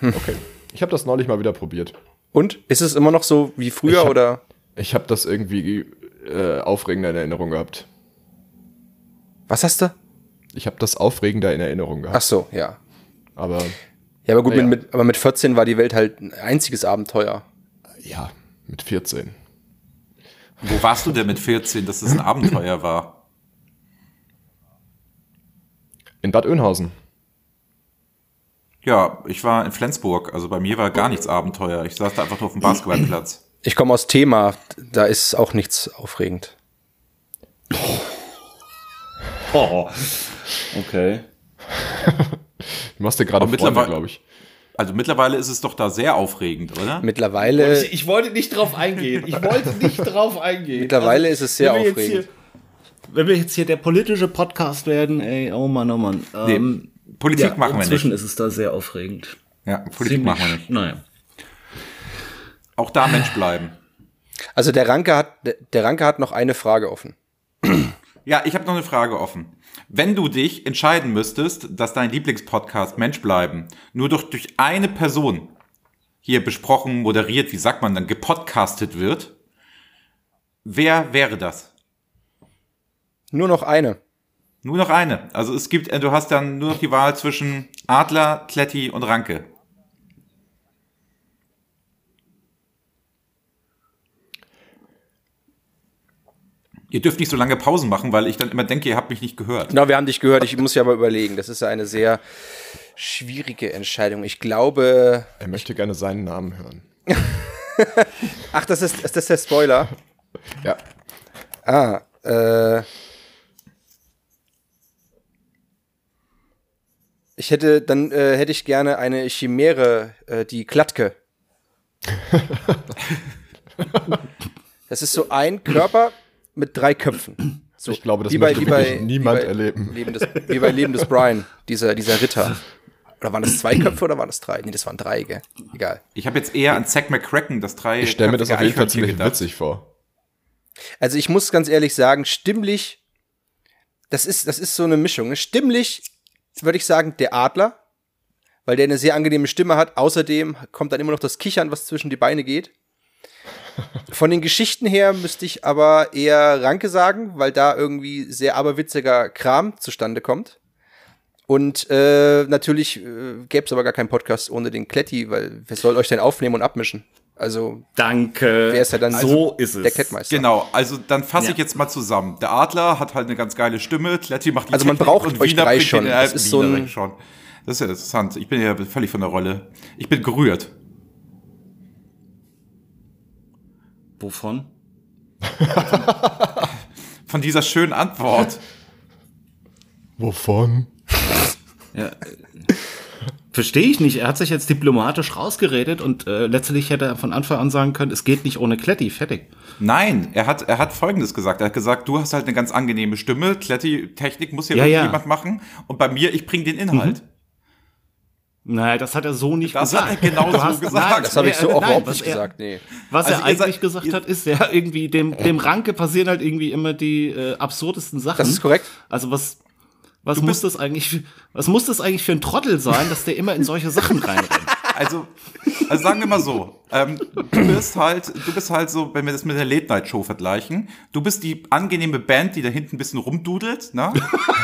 Speaker 1: Okay. Ich habe das neulich mal wieder probiert.
Speaker 2: Und? Ist es immer noch so wie
Speaker 1: Ich
Speaker 2: früher
Speaker 1: hab-
Speaker 2: oder?
Speaker 1: Ich habe das irgendwie äh, aufregender in Erinnerung gehabt.
Speaker 2: Was hast du?
Speaker 1: Ich habe das aufregender in Erinnerung gehabt.
Speaker 2: Ach so, ja.
Speaker 1: Aber
Speaker 2: Ja, aber gut,
Speaker 1: Naja.
Speaker 2: Mit, aber mit 14 war die Welt halt ein einziges Abenteuer.
Speaker 1: ja, mit 14.
Speaker 4: Wo warst du denn mit 14, dass das ein Abenteuer war?
Speaker 1: In Bad Oeynhausen.
Speaker 4: Ja, ich war in Flensburg, also bei mir war gar nichts Abenteuer. Ich saß da einfach nur auf dem Basketballplatz.
Speaker 2: Ich komme aus Thema, da ist auch nichts aufregend.
Speaker 5: Oh. Okay.
Speaker 1: Du machst dir gerade
Speaker 4: Aber
Speaker 1: Freunde,
Speaker 4: mittlerweile-
Speaker 1: glaube ich.
Speaker 4: Also mittlerweile ist es doch da sehr aufregend, oder?
Speaker 2: Mittlerweile,
Speaker 6: Ich, ich wollte nicht drauf eingehen. Ich wollte nicht drauf eingehen.
Speaker 2: mittlerweile ist es sehr
Speaker 5: Also, wenn wir jetzt
Speaker 2: aufregend.
Speaker 5: Hier, wenn wir jetzt hier der politische Podcast werden, ey, oh Mann, oh Mann. Ähm,
Speaker 4: Politik machen wir
Speaker 5: inzwischen
Speaker 4: nicht.
Speaker 5: ist es da sehr aufregend.
Speaker 4: Ja, Politik machen wir nicht.
Speaker 5: Naja.
Speaker 4: Auch da Mensch bleiben.
Speaker 2: Also der Ranke hat, der- der Ranke hat noch eine Frage offen.
Speaker 4: Ja, ich habe noch eine Frage offen. Wenn du dich entscheiden müsstest, dass dein Lieblingspodcast Mensch bleiben nur doch durch eine Person hier besprochen, moderiert, wie sagt man dann, gepodcastet wird, wer wäre das?
Speaker 2: Nur noch eine.
Speaker 4: Nur noch eine. Also es gibt, äh, du hast dann nur noch die Wahl zwischen Adler, Kletti und Ranke. Ihr dürft nicht so lange Pausen machen, weil ich dann immer denke, ihr habt mich nicht gehört.
Speaker 2: Na, wir haben dich gehört. Ich muss ja mal überlegen. Das ist ja eine sehr schwierige Entscheidung. Ich glaube,
Speaker 1: Er möchte gerne seinen Namen hören.
Speaker 2: ach, das ist, ist das der Spoiler.
Speaker 1: Ja.
Speaker 2: Äh, ich hätte, dann äh, hätte ich gerne eine Chimäre, äh, die Klatke. das ist so ein Körper mit drei Köpfen. So,
Speaker 1: Ich glaube, das
Speaker 2: wie bei,
Speaker 1: möchte
Speaker 2: wie bei,
Speaker 1: wirklich niemand
Speaker 2: wie bei
Speaker 1: erleben.
Speaker 2: Leben des, wie bei Leben des Brian, dieser, dieser Ritter. Oder waren das zwei Köpfe oder waren das drei? Nee, das waren drei, gell? Egal.
Speaker 4: Ich habe jetzt eher an Zack McCracken das drei.
Speaker 1: Ich stelle mir das auf jeden Fall
Speaker 4: Eichhörnchen
Speaker 1: ziemlich
Speaker 4: gedacht.
Speaker 1: witzig vor.
Speaker 2: Also ich muss ganz ehrlich sagen, stimmlich, das ist, das ist so eine Mischung. ne? Stimmlich würde ich sagen, der Adler, weil der eine sehr angenehme Stimme hat. Außerdem kommt dann immer noch das Kichern, was zwischen die Beine geht. Von den Geschichten her müsste ich aber eher Ranke sagen, weil da irgendwie sehr aberwitziger Kram zustande kommt. Und äh, natürlich äh, gäbe es aber gar keinen Podcast ohne den Kletti, weil wer soll euch denn aufnehmen und abmischen? Also
Speaker 5: Danke.
Speaker 2: wer ist ja dann
Speaker 5: Also,
Speaker 2: Also,
Speaker 5: so ist es.
Speaker 2: der Kettmeister?
Speaker 4: Genau, also dann fasse ich
Speaker 5: Ja.
Speaker 4: jetzt mal zusammen. Der Adler hat halt eine ganz geile Stimme, Kletti macht die
Speaker 2: Also man
Speaker 4: Technik
Speaker 2: braucht euch
Speaker 4: Wiener
Speaker 2: drei
Speaker 4: bringt den
Speaker 2: schon. Das
Speaker 4: Alpen
Speaker 2: ist so ein-
Speaker 4: Wiener schon. Das ist ja interessant. Ich bin ja völlig von der Rolle. Ich bin gerührt.
Speaker 5: Wovon?
Speaker 4: Von dieser schönen Antwort.
Speaker 1: Wovon?
Speaker 5: Ja. äh, Verstehe ich nicht. Er hat sich jetzt diplomatisch rausgeredet und äh, letztlich hätte er von Anfang an sagen können, es geht nicht ohne Kletti. Fertig.
Speaker 4: Nein, er hat, er hat Folgendes gesagt. Er hat gesagt, du hast halt eine ganz angenehme Stimme, Kletti, Technik muss hier
Speaker 5: Ja, Mhm.
Speaker 4: wirklich
Speaker 5: ja.
Speaker 4: jemand machen. Und bei mir, ich bringe den Inhalt.
Speaker 5: Nein, das hat er so nicht
Speaker 4: Das
Speaker 5: gesagt.
Speaker 4: hat er genau
Speaker 5: Du
Speaker 4: so gesagt.
Speaker 2: Das habe ich so
Speaker 5: nein,
Speaker 2: auch
Speaker 5: nein,
Speaker 2: überhaupt
Speaker 5: was
Speaker 2: nicht
Speaker 5: er-
Speaker 2: gesagt, nee.
Speaker 5: Was
Speaker 4: Also
Speaker 5: er
Speaker 4: ihr seid-
Speaker 5: eigentlich gesagt
Speaker 4: ihr-
Speaker 5: hat, ist ja irgendwie, dem, dem Ranke passieren halt irgendwie immer die äh, absurdesten Sachen.
Speaker 2: Das ist korrekt.
Speaker 5: Also was, was muss das eigentlich, für- was muss das eigentlich für ein Trottel sein, dass der immer in solche Sachen reinrennt?
Speaker 4: Also, also sagen wir mal so, ähm, du bist halt, du bist halt so, wenn wir das mit der Late Night Show vergleichen, du bist die angenehme Band, die da hinten ein bisschen rumdudelt, ne?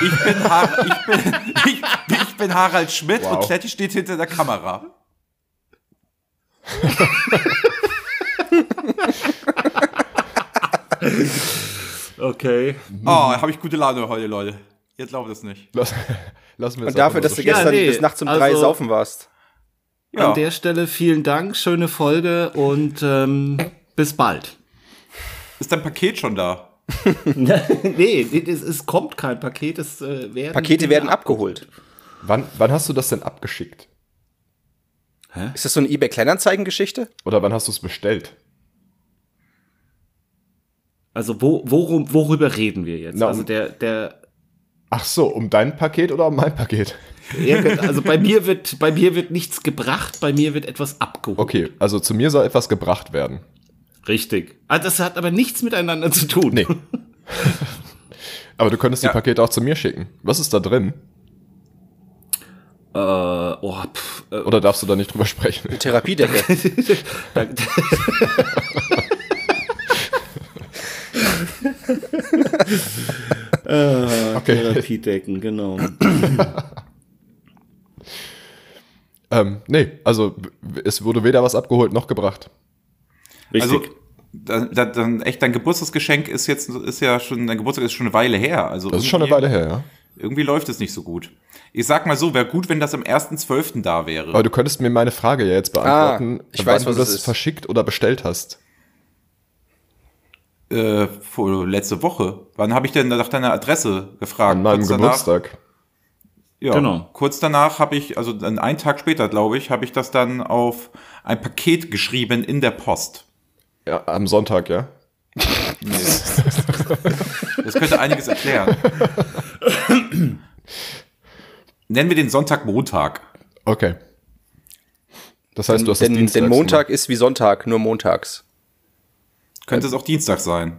Speaker 4: Ich bin, Har ich bin, ich, ich bin Harald Schmidt und Kletti steht hinter der Kamera.
Speaker 5: Okay.
Speaker 4: Oh, habe ich gute Laune heute, Leute. Ihr glaubt es nicht.
Speaker 1: Lass, lassen wir es
Speaker 2: Und dafür,
Speaker 1: einfach
Speaker 2: dass
Speaker 1: mal so
Speaker 2: du gestern
Speaker 5: Ja, nee,
Speaker 2: bis nachts um drei
Speaker 5: also-
Speaker 2: saufen warst.
Speaker 4: Ja,
Speaker 5: An der Stelle vielen Dank, schöne Folge und ähm, bis bald.
Speaker 4: ist dein Paket schon da?
Speaker 5: nee, es, es kommt kein Paket, es äh, werden
Speaker 2: Pakete werden abgeholt.
Speaker 1: stehen. wann, wann hast du das denn abgeschickt?
Speaker 2: Ist das so eine eBay-Kleinanzeigen-Geschichte?
Speaker 1: Oder wann hast du es bestellt?
Speaker 5: Also wo, worum, worüber reden wir jetzt?
Speaker 1: Na,
Speaker 5: also
Speaker 1: um-
Speaker 5: der, der
Speaker 1: Ach so, um dein Paket oder um mein Paket?
Speaker 5: Irgend- also bei mir wird bei mir wird nichts gebracht, bei mir wird etwas abgeholt.
Speaker 1: Okay, also zu mir soll etwas gebracht werden.
Speaker 5: Richtig. Ah, das hat aber nichts miteinander zu tun.
Speaker 1: Nee. Aber du könntest
Speaker 4: Ja.
Speaker 1: die Pakete auch zu mir schicken. Was ist da drin?
Speaker 5: Äh, oh, pff, äh,
Speaker 1: Oder darfst du da nicht drüber sprechen?
Speaker 2: Therapiedecke.
Speaker 5: da, Äh,
Speaker 1: Okay.
Speaker 5: Therapiedecken, genau.
Speaker 1: ähm, nee, also w- es wurde weder was abgeholt noch gebracht.
Speaker 5: Richtig.
Speaker 4: Also, dann, dann- dann echt dein Geburtstagsgeschenk ist jetzt ist ja schon dein Geburtstag ist schon eine Weile her. Also
Speaker 1: Das ist schon eine
Speaker 4: irgendwie-
Speaker 1: Weile her, ja.
Speaker 4: Irgendwie läuft es nicht so gut. Ich sag mal so, wäre gut, wenn das am 1.12. da wäre.
Speaker 1: Aber du könntest mir meine Frage ja jetzt beantworten,
Speaker 2: Ah, ich weiß,
Speaker 1: wann
Speaker 2: was
Speaker 1: du
Speaker 2: es
Speaker 1: das
Speaker 2: ist.
Speaker 1: verschickt oder bestellt hast.
Speaker 4: äh, vor, letzte Woche. Wann habe ich denn nach deiner Adresse gefragt?
Speaker 1: An meinem
Speaker 4: Kurz danach-
Speaker 1: Geburtstag.
Speaker 4: Ja,
Speaker 5: Genau.
Speaker 4: Kurz danach habe ich, also dann einen Tag später, glaube ich, habe ich das dann auf ein Paket geschrieben in der Post.
Speaker 1: Ja, am Sonntag, ja.
Speaker 4: Das könnte einiges erklären. Nennen wir den Sonntag Montag.
Speaker 1: Okay. Das heißt, du hast das
Speaker 2: Denn,
Speaker 1: Dienstags
Speaker 2: denn Montag ist wie Sonntag, nur montags.
Speaker 4: Könnte es auch Dienstag sein.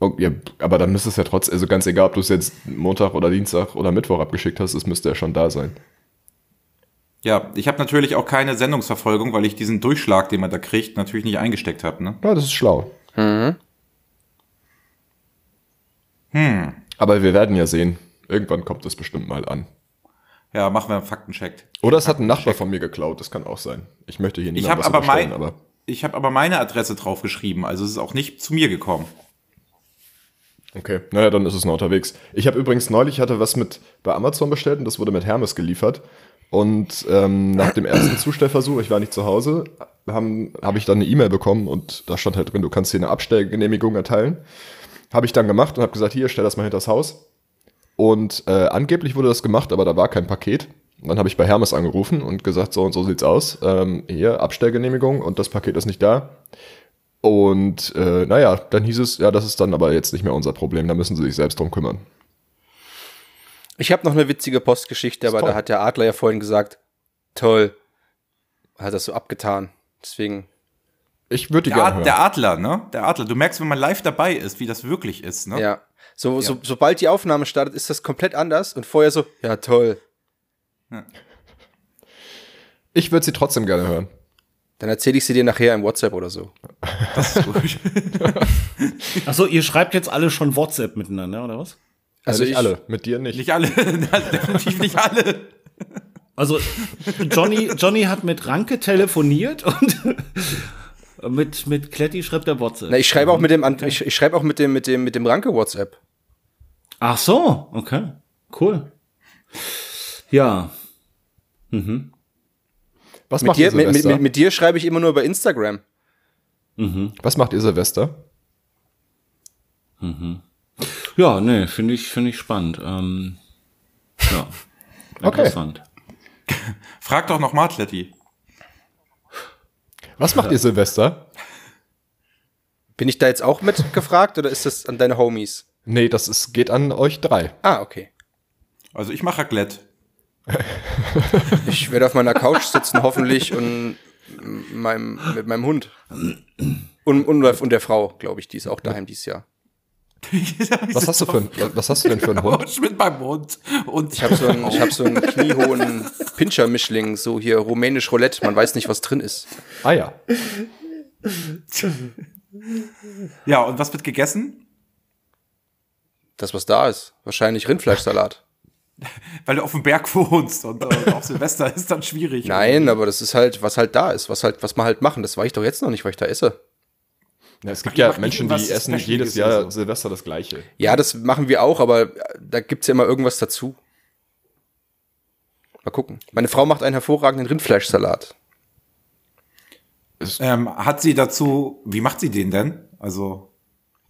Speaker 1: Oh, ja, aber dann müsste es ja trotzdem, also ganz egal, ob du es jetzt Montag oder Dienstag oder Mittwoch abgeschickt hast, es müsste ja schon da sein.
Speaker 4: Ja, ich habe natürlich auch keine Sendungsverfolgung, weil ich diesen Durchschlag, den man da kriegt, natürlich nicht eingesteckt habe. Ne?
Speaker 1: Ja, das ist schlau. Hm. Aber wir werden ja sehen. Irgendwann kommt das bestimmt mal an.
Speaker 4: Ja, machen wir einen Faktencheck.
Speaker 1: Oder es hat ein Nachbar von mir geklaut, das kann auch sein. Ich möchte hier
Speaker 4: Ich
Speaker 1: niemanden
Speaker 4: habe aber, mein,
Speaker 1: aber
Speaker 4: ich hab aber meine Adresse draufgeschrieben, also es ist auch nicht zu mir gekommen.
Speaker 1: Okay, naja, dann ist es noch unterwegs. Ich habe übrigens neulich, ich hatte was mit bei Amazon bestellt und das wurde mit Hermes geliefert. Und ähm, nach dem ersten Zustellversuch, ich war nicht zu Hause, habe hab ich dann eine E-Mail bekommen und da stand halt drin, du kannst hier eine Abstellgenehmigung erteilen. Habe ich dann gemacht und habe gesagt, hier, stell das mal hinters Haus. Und äh, angeblich wurde das gemacht, aber da war kein Paket. Und dann habe ich bei Hermes angerufen und gesagt, so und so sieht's aus. Ähm, hier, Abstellgenehmigung und das Paket ist nicht da. Und äh, naja, dann hieß es, ja, das ist dann aber jetzt nicht mehr unser Problem, da müssen sie sich selbst drum kümmern.
Speaker 2: Ich habe noch eine witzige Postgeschichte, aber
Speaker 1: toll.
Speaker 2: da hat der Adler ja vorhin gesagt, toll. Hat das so abgetan. Deswegen,
Speaker 1: Ich würde die
Speaker 4: Der,
Speaker 1: gerne
Speaker 4: Ad,
Speaker 1: hören.
Speaker 4: der Adler, ne? Der Adler. Du merkst, wenn man live dabei ist, wie das wirklich ist, ne?
Speaker 2: ja. So, So, sobald die Aufnahme startet, ist das komplett anders und vorher so, ja, toll.
Speaker 1: ich würde sie trotzdem gerne hören.
Speaker 2: Dann erzähle ich sie dir nachher im WhatsApp oder so.
Speaker 5: Achso, ihr schreibt jetzt alle schon WhatsApp miteinander, oder was?
Speaker 1: Also
Speaker 2: ich-
Speaker 1: nicht alle, mit dir nicht.
Speaker 4: Nicht alle, Also definitiv nicht alle.
Speaker 5: Also Johnny, Johnny hat mit Ranke telefoniert und mit, mit Kletti schreibt er WhatsApp.
Speaker 2: Na, ich schreibe auch mit dem, An- ich, ich schreibe auch mit dem, mit dem, mit dem Ranke WhatsApp.
Speaker 5: Ach so, okay. Cool. Ja.
Speaker 1: Was,
Speaker 2: Mit
Speaker 1: macht ihr,
Speaker 2: dir, mit, mit,
Speaker 1: Silvester?
Speaker 2: mit, mit dir schreibe ich immer nur über Instagram.
Speaker 1: Was macht ihr Silvester?
Speaker 5: Ja, nee, finde ich, finde ich spannend. Ähm, ja.
Speaker 1: Okay.
Speaker 5: Interessant.
Speaker 4: Frag doch noch mal, Kletti.
Speaker 1: Was macht ihr Silvester?
Speaker 2: Bin ich da jetzt auch mit gefragt oder ist das an deine Homies?
Speaker 1: Nee, das ist, geht an euch drei.
Speaker 2: Ah, okay.
Speaker 4: Also ich mache Raclette.
Speaker 2: Ich werde auf meiner Couch sitzen, hoffentlich, und m- meinem, mit meinem Hund. Und, und, und der Frau, glaube ich, die ist auch daheim dieses Jahr.
Speaker 1: Was hast, du für ein, was hast du denn für einen Hund?
Speaker 4: Mit meinem Hund. Und
Speaker 2: Ich habe so einen, ich hab so einen kniehohen Pinscher-Mischling, so hier rumänisch Roulette, man weiß nicht, was drin ist.
Speaker 1: Ah ja.
Speaker 4: ja, und was wird gegessen?
Speaker 2: Das, was da ist. Wahrscheinlich Rindfleischsalat.
Speaker 4: Weil du auf dem Berg wohnst und äh, auf Silvester ist dann schwierig.
Speaker 2: Nein, aber das ist halt, was halt da ist, was halt, was man halt machen. Das weiß ich doch jetzt noch nicht, weil ich da esse.
Speaker 1: Na, es gibt
Speaker 4: Ihr
Speaker 1: ja
Speaker 4: macht
Speaker 1: Menschen,
Speaker 4: irgendwas
Speaker 1: die essen
Speaker 4: Specialiges
Speaker 1: jedes Jahr
Speaker 4: oder so.
Speaker 1: Silvester das Gleiche.
Speaker 2: Ja, das machen wir auch, aber äh, da gibt's ja immer irgendwas dazu. Mal gucken. Meine Frau macht einen hervorragenden Rindfleischsalat.
Speaker 4: Ähm, hat sie dazu, wie macht sie den denn? Also.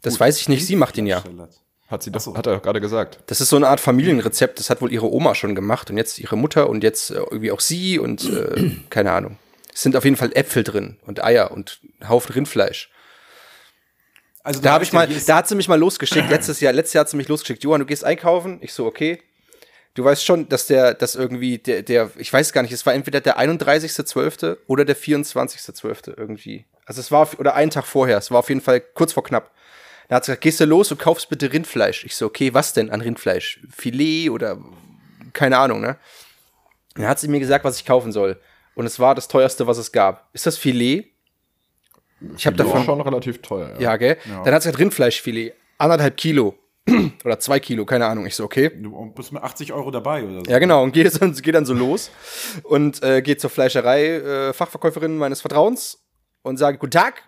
Speaker 2: Das weiß ich nicht, sie macht ihn ja.
Speaker 1: Hat sie doch,
Speaker 4: so.
Speaker 1: hat er doch gerade gesagt.
Speaker 2: Das ist so eine Art Familienrezept, das hat wohl ihre Oma schon gemacht und jetzt ihre Mutter und jetzt äh, irgendwie auch sie und äh, keine Ahnung. Es sind auf jeden Fall Äpfel drin und Eier und ein Haufen Rindfleisch.
Speaker 4: Also
Speaker 2: Da habe ich mal, da
Speaker 4: Da
Speaker 2: hat sie mich mal losgeschickt, letztes Jahr, letztes Jahr hat sie mich losgeschickt. Johann, du gehst einkaufen? Ich so, okay. Du weißt schon, dass der, dass irgendwie der, der, ich weiß gar nicht, es war entweder der 31.12. oder der 24.12. irgendwie. Also es war, auf- oder einen Tag vorher, es war auf jeden Fall kurz vor knapp. Da hat sie gesagt, gehst du los und kaufst bitte Rindfleisch. Ich so, okay, was denn an Rindfleisch? Filet oder keine Ahnung, ne? Dann hat sie mir gesagt, was ich kaufen soll. Und es war das teuerste, was es gab. Ist das Filet? Ich habe
Speaker 1: Die war
Speaker 2: davon
Speaker 1: schon relativ teuer.
Speaker 2: ja, gell? Dann hat sie halt Rindfleischfilet. Anderthalb Kilo. Oder zwei Kilo, keine Ahnung. Ich so, okay.
Speaker 4: du bist mit 80 Euro dabei oder so.
Speaker 2: Ja, genau. Und geht, dann- geht dann so los und äh, geht zur Fleischerei, äh, Fachverkäuferin meines Vertrauens und sage, guten Tag,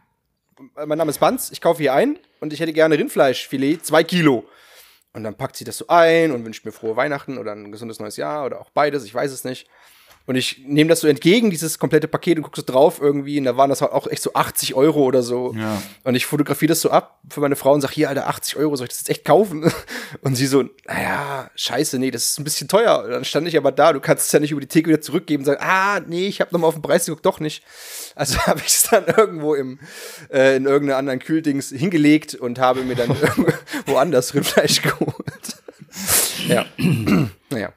Speaker 2: mein Name ist Banz, ich kaufe hier ein und ich hätte gerne Rindfleischfilet, zwei Kilo. Und dann packt sie das so ein und wünscht mir frohe Weihnachten oder ein gesundes neues Jahr oder auch beides, ich weiß es nicht. Und ich nehme das so entgegen, dieses komplette Paket, und gucke so drauf irgendwie. Und da waren das halt auch echt so 80 Euro oder so.
Speaker 4: Ja.
Speaker 2: Und ich fotografiere das so ab für meine Frau und sage, hier, Alter, 80 Euro, soll ich das jetzt echt kaufen? Und sie so, naja, scheiße, nee, das ist ein bisschen teuer. Und dann stand ich aber da, du kannst es ja nicht über die Theke wieder zurückgeben und sagen, ah, nee, ich habe nochmal auf den Preis geguckt, doch nicht. Also habe ich es dann irgendwo im, äh, in irgendeinem anderen Kühldings hingelegt und habe mir dann irgendwo- woanders Rindfleisch geholt. ja. naja.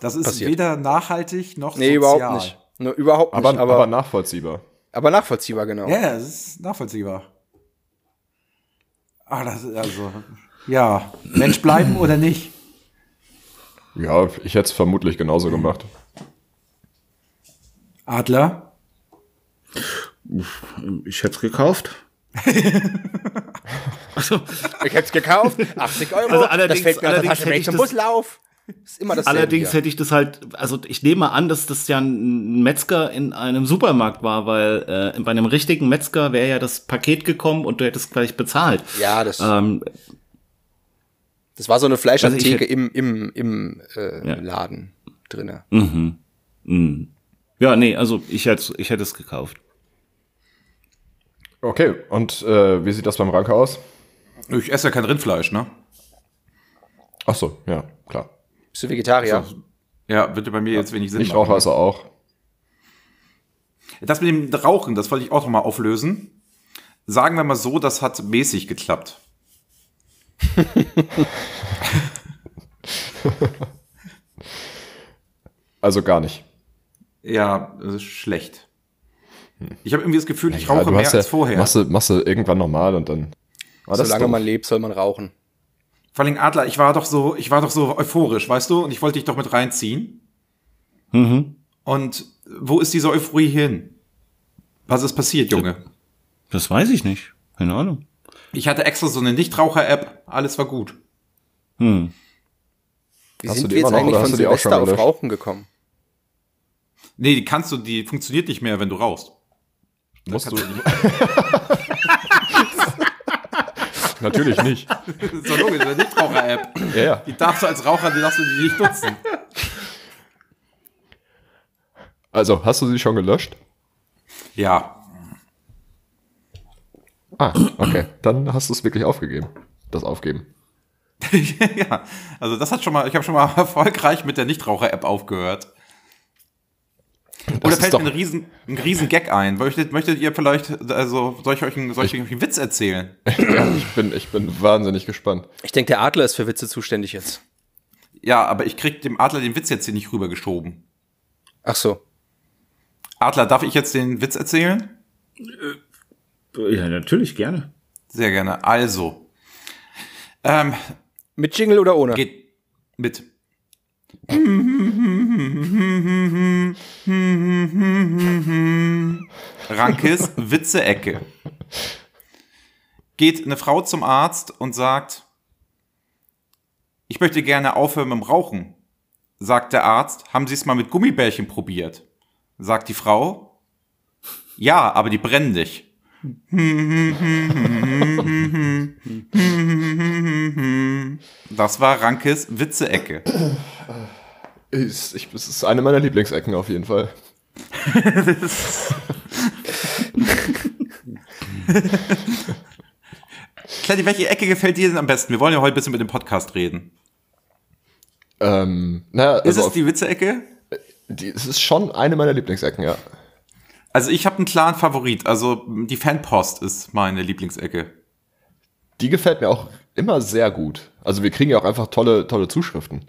Speaker 4: Das ist
Speaker 2: Passiert.
Speaker 4: weder nachhaltig noch
Speaker 2: Nee,
Speaker 4: sozial.
Speaker 2: überhaupt nicht. Ne, überhaupt
Speaker 1: Aber,
Speaker 2: nicht,
Speaker 1: aber,
Speaker 2: aber, aber,
Speaker 1: nachvollziehbar.
Speaker 2: nachvollziehbar, genau.
Speaker 4: Ja, das ist nachvollziehbar. Ah, das ist also. Ja, Mensch bleiben oder nicht?
Speaker 1: Ja, ich hätte es vermutlich genauso gemacht.
Speaker 4: Adler?
Speaker 5: Ich hätte es gekauft. also,
Speaker 2: Ich hab's gekauft, 80 Euro,
Speaker 5: Also allerdings-
Speaker 2: das fällt mir aus der
Speaker 5: allerdings
Speaker 2: Tasche, wenn
Speaker 5: hätte
Speaker 2: ich zum
Speaker 5: ich das-
Speaker 2: Bus lauf. Ist immer dasselbe.
Speaker 5: allerdings
Speaker 2: hier.
Speaker 5: hätte ich das halt, also ich nehme mal an, dass das ja ein Metzger in einem Supermarkt war, weil äh, bei einem richtigen Metzger wäre ja das Paket gekommen und du hättest gleich bezahlt.
Speaker 2: Ja, das-
Speaker 5: Ähm,
Speaker 2: Das war so eine Fleischantheke
Speaker 5: Also ich hätt-
Speaker 2: im, im, im äh,
Speaker 5: Ja.
Speaker 2: Laden drinne.
Speaker 5: ja, nee, also ich hätte, ich hätte es gekauft.
Speaker 1: Okay, und äh, wie sieht das beim Ranke aus?
Speaker 4: Ich esse ja kein Rindfleisch, ne?
Speaker 1: Ach so, ja, klar.
Speaker 2: Bist du Vegetarier?
Speaker 4: Ja, würde bei mir jetzt wenig Sinn
Speaker 1: Ich rauche also auch.
Speaker 4: Das mit dem Rauchen, das wollte ich auch nochmal auflösen. Sagen wir mal so, das hat mäßig geklappt.
Speaker 1: Also gar nicht.
Speaker 4: Ja, das ist schlecht. Ich habe irgendwie das Gefühl, ich
Speaker 1: Hm. Ja,
Speaker 4: rauche
Speaker 1: du
Speaker 4: mehr
Speaker 1: hast ja-
Speaker 4: als vorher.
Speaker 1: Machst du, machst du irgendwann normal und dann. Ah, das ist
Speaker 2: Solange
Speaker 1: doof.
Speaker 2: man lebt, soll man rauchen.
Speaker 4: Vor allem Adler, ich war doch so, ich war doch so euphorisch, weißt du? Und ich wollte dich doch mit reinziehen.
Speaker 1: Mhm.
Speaker 4: Und wo ist diese Euphorie hin? Was ist passiert, Junge?
Speaker 5: Das weiß ich nicht. Keine Ahnung.
Speaker 4: Ich hatte extra so eine Nichtraucher-App, alles war gut.
Speaker 5: Hm.
Speaker 2: Wie
Speaker 1: Hast du
Speaker 2: sind
Speaker 1: die
Speaker 2: wir
Speaker 1: immer
Speaker 2: jetzt
Speaker 1: noch
Speaker 2: eigentlich
Speaker 1: oder
Speaker 2: von
Speaker 1: hast du die auch schon
Speaker 2: Silvester auf
Speaker 1: gelöscht?
Speaker 2: Rauchen gekommen?
Speaker 4: Nee, die kannst du, die funktioniert nicht mehr, wenn du rauchst.
Speaker 1: Musst du. Natürlich nicht.
Speaker 4: Das ist doch logisch, eine Nichtraucher-App.
Speaker 1: Ja, ja.
Speaker 4: Die darfst du als Raucher, die darfst du die nicht nutzen.
Speaker 1: Also, hast du sie schon gelöscht?
Speaker 4: Ja.
Speaker 1: Ah, okay. Dann hast du es wirklich aufgegeben. Das Aufgeben.
Speaker 4: ja. Also das hat schon mal, ich habe schon mal erfolgreich mit der Nichtraucher-App aufgehört. Oder
Speaker 1: ist
Speaker 4: fällt
Speaker 1: doch-
Speaker 4: mir ein riesen, ein riesen Gag ein. Möchtet, möchtet ihr vielleicht, also soll ich euch einen, soll ich euch einen Witz erzählen?
Speaker 1: Ich bin, ich bin wahnsinnig gespannt.
Speaker 2: Ich denke, der Adler ist für Witze zuständig jetzt.
Speaker 4: Ja, aber ich krieg dem Adler den Witz jetzt hier nicht rübergeschoben.
Speaker 2: Ach so.
Speaker 4: Adler, darf ich jetzt den Witz erzählen?
Speaker 5: Ja, natürlich, gerne.
Speaker 4: Sehr gerne. Also, ähm,
Speaker 2: Mit Jingle oder ohne?
Speaker 4: geht mit. Rankes Witze-Ecke. Geht eine Frau zum Arzt und sagt, ich möchte gerne aufhören mit dem Rauchen. Sagt der Arzt, haben Sie es mal mit Gummibärchen probiert? Sagt die Frau, ja, aber die brennen dich. Das war Rankes Witze-Ecke.
Speaker 1: Ist, ich, es ist eine meiner Lieblingsecken auf jeden Fall.
Speaker 4: Kletti, welche Ecke gefällt dir denn am besten? Wir wollen ja heute ein bisschen mit dem Podcast reden.
Speaker 1: Ähm, naja,
Speaker 4: Ist
Speaker 1: also
Speaker 4: es die Witze-Ecke?
Speaker 1: auf- die, es ist schon eine meiner Lieblingsecken, ja.
Speaker 4: Also ich habe einen klaren Favorit. Also die Fanpost ist meine Lieblingsecke.
Speaker 1: Die gefällt mir auch immer sehr gut. Also wir kriegen ja auch einfach tolle, tolle Zuschriften.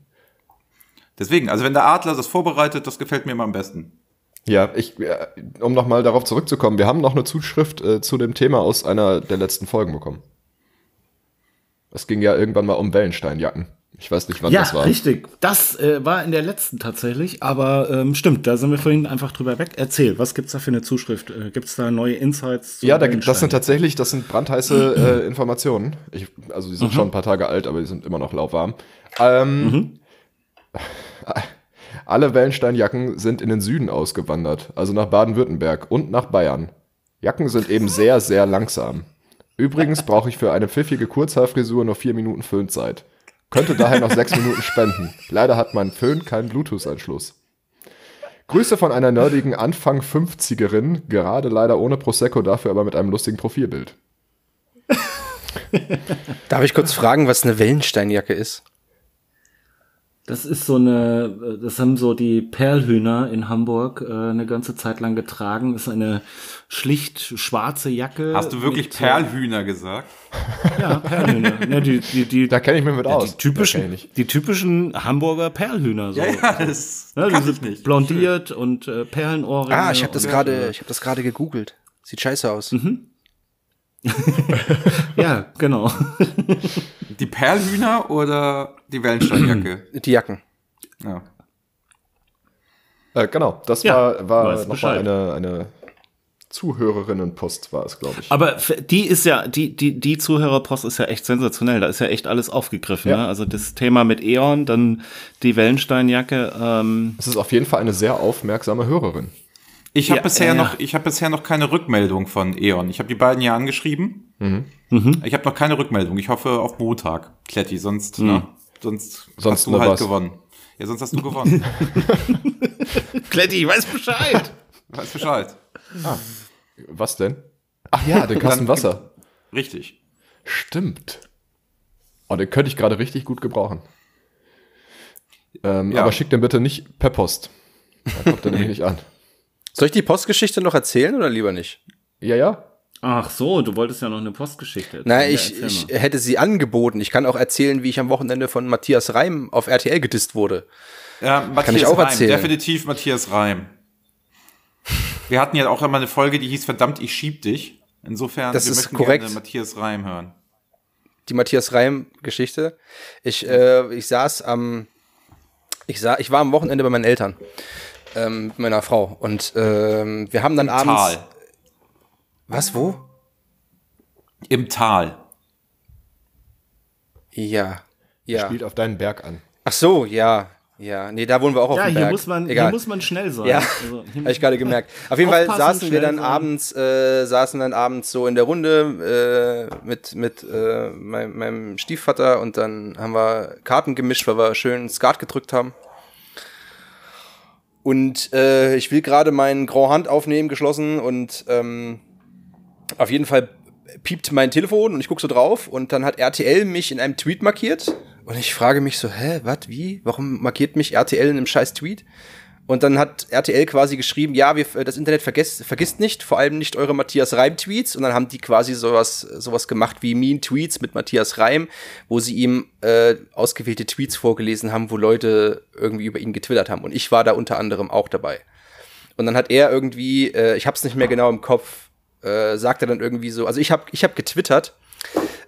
Speaker 4: Deswegen, also wenn der Adler das vorbereitet, das gefällt mir immer am besten.
Speaker 1: Ja, ich, äh, um nochmal darauf zurückzukommen, wir haben noch eine Zuschrift äh, zu dem Thema aus einer der letzten Folgen bekommen. Es ging ja irgendwann mal um Wellensteinjacken. Ich weiß nicht, wann
Speaker 5: Ja,
Speaker 1: das war.
Speaker 5: richtig. Das äh, war in der letzten tatsächlich, aber ähm, stimmt, da sind wir vorhin einfach drüber weg. Erzähl, was gibt's da für eine Zuschrift? Äh, gibt's da neue Insights? zu
Speaker 1: Ja, da gibt, das sind
Speaker 5: Einstein?
Speaker 1: tatsächlich, das sind brandheiße äh, Informationen. Ich, also die sind schon ein paar Tage alt, aber die sind immer noch lauwarm. Ähm, Alle Wellensteinjacken sind in den Süden ausgewandert, also nach Baden-Württemberg und nach Bayern. Jacken sind eben sehr, sehr langsam. Übrigens brauche ich für eine pfiffige Kurzhaarfrisur nur vier Minuten Föhnzeit. Könnte daher noch sechs Minuten spenden. Leider hat mein Föhn keinen Bluetooth-Anschluss. Grüße von einer nerdigen Anfang 50erin, gerade leider ohne Prosecco, dafür aber mit einem lustigen Profilbild.
Speaker 2: Darf ich kurz fragen, was eine Wellensteinjacke ist?
Speaker 5: Das ist so eine, äh, das haben so die Perlhühner in Hamburg äh, eine ganze Zeit lang getragen. Ist eine schlicht schwarze Jacke.
Speaker 4: Hast du wirklich
Speaker 5: mit, äh,
Speaker 4: Perlhühner gesagt?
Speaker 5: Ja, Perlhühner. ne, die, die, die,
Speaker 1: Da kenne ich mich mit aus.
Speaker 5: die typischen,
Speaker 1: Da kenn ich nicht.
Speaker 5: die typischen Hamburger Perlhühner. So.
Speaker 4: das
Speaker 5: Ne, die
Speaker 4: kann
Speaker 5: sind blondiert und äh, Perlenohrringe.
Speaker 2: Ah, ich habe das
Speaker 5: und,
Speaker 2: gerade, ich habe das gerade gegoogelt. Sieht scheiße aus.
Speaker 5: äh, Ja, genau.
Speaker 4: Die Perlhühner oder die Wellensteinjacke?
Speaker 2: Die Jacken.
Speaker 4: ja.
Speaker 1: Äh, genau, das
Speaker 5: Ja,
Speaker 1: war, war
Speaker 5: weiß
Speaker 1: nochmal
Speaker 5: Bescheid.
Speaker 1: eine, eine Zuhörerinnenpost, war es, glaube ich.
Speaker 5: Aber f- die ist ja, die, die, die Zuhörerpost ist ja echt sensationell. Da ist ja echt alles aufgegriffen.
Speaker 1: Ja.
Speaker 5: Ne? Also das Thema mit Eon, dann die Wellensteinjacke. Ähm,
Speaker 1: es ist auf jeden Fall eine sehr aufmerksame Hörerin.
Speaker 4: Ich habe
Speaker 5: Ja,
Speaker 4: bisher
Speaker 5: ja, ja.
Speaker 4: noch, ich habe bisher noch keine Rückmeldung von Eon. Ich habe die beiden ja angeschrieben.
Speaker 1: Mhm.
Speaker 4: Ich habe noch keine Rückmeldung. Ich hoffe auf Montag, Kletti. Sonst, ne? sonst,
Speaker 1: Mhm. Sonst
Speaker 4: hast du
Speaker 1: nur
Speaker 4: halt
Speaker 1: was.
Speaker 4: gewonnen. Ja, sonst hast du gewonnen.
Speaker 5: Kletti, weiß Bescheid.
Speaker 4: Weiß Bescheid.
Speaker 1: Was denn? Ach ja, den Kasten
Speaker 4: Dann-
Speaker 1: Wasser.
Speaker 4: Richtig.
Speaker 1: Stimmt. Oh, den könnte ich gerade richtig gut gebrauchen. Ähm,
Speaker 4: Ja.
Speaker 1: Aber schick den bitte nicht per Post. Da kommt er nämlich nicht an.
Speaker 2: Soll ich die Postgeschichte noch erzählen oder lieber nicht?
Speaker 1: Ja, ja.
Speaker 5: Ach so, du wolltest ja noch eine Postgeschichte. erzählen.
Speaker 2: Na,
Speaker 5: Ja,
Speaker 2: ich,
Speaker 5: erzähl
Speaker 2: ich
Speaker 5: mal.
Speaker 2: hätte sie angeboten. Ich kann auch erzählen, wie ich am Wochenende von Matthias Reim auf RTL gedisst wurde.
Speaker 4: Ja, Äh, Matthias
Speaker 2: ich auch
Speaker 4: Reim.
Speaker 2: erzählen.
Speaker 4: Definitiv Matthias Reim. Wir hatten ja auch einmal eine Folge, die hieß verdammt, ich schieb dich. Insofern,
Speaker 2: Das
Speaker 4: wir
Speaker 2: ist
Speaker 4: möchten
Speaker 2: korrekt.
Speaker 4: gerne Matthias Reim hören.
Speaker 2: die Matthias Reim-Geschichte. Ich, äh, ich saß am, ich, sa ich war am Wochenende bei meinen Eltern, ähm, mit meiner Frau. Und ähm, wir haben dann abends.
Speaker 4: Tal.
Speaker 2: Was, wo?
Speaker 4: Im Tal.
Speaker 2: Ja. Ja.
Speaker 1: Spielt auf deinen Berg an.
Speaker 2: Ach so, ja. Ja. Nee, da wohnen wir auch auf
Speaker 5: ja,
Speaker 2: dem
Speaker 5: hier
Speaker 2: Berg.
Speaker 5: muss, man,
Speaker 2: Egal.
Speaker 5: hier muss man schnell sein.
Speaker 2: Ja.
Speaker 5: Also, hier
Speaker 2: Habe ich gerade gemerkt. Auf jeden Fall
Speaker 5: Aufpassen,
Speaker 2: saßen wir
Speaker 5: schnell
Speaker 2: dann
Speaker 5: sein.
Speaker 2: abends, äh, saßen dann abends so in der Runde äh, mit, mit äh, mein, meinem Stiefvater und dann haben wir Karten gemischt, weil wir schön Skat gedrückt haben. Und äh, ich will gerade meinen Grand Hand aufnehmen, geschlossen und ähm, auf jeden Fall piept mein Telefon und ich gucke so drauf und dann hat RTL mich in einem Tweet markiert und ich frage mich so, hä, was, wie? Warum markiert mich RTL in einem scheiß Tweet? Und dann hat RTL quasi geschrieben, ja, wir, äh, das Internet vergesst, vergisst nicht, vor allem nicht eure Matthias Reim-Tweets. Und dann haben die quasi sowas, sowas gemacht wie Mean Tweets mit Matthias Reim, wo sie ihm äh, ausgewählte Tweets vorgelesen haben, wo Leute irgendwie über ihn getwittert haben. Und ich war da unter anderem auch dabei. Und dann hat er irgendwie, äh, ich hab's nicht mehr genau im Kopf, äh, sagt er dann irgendwie so, also ich hab, ich hab getwittert,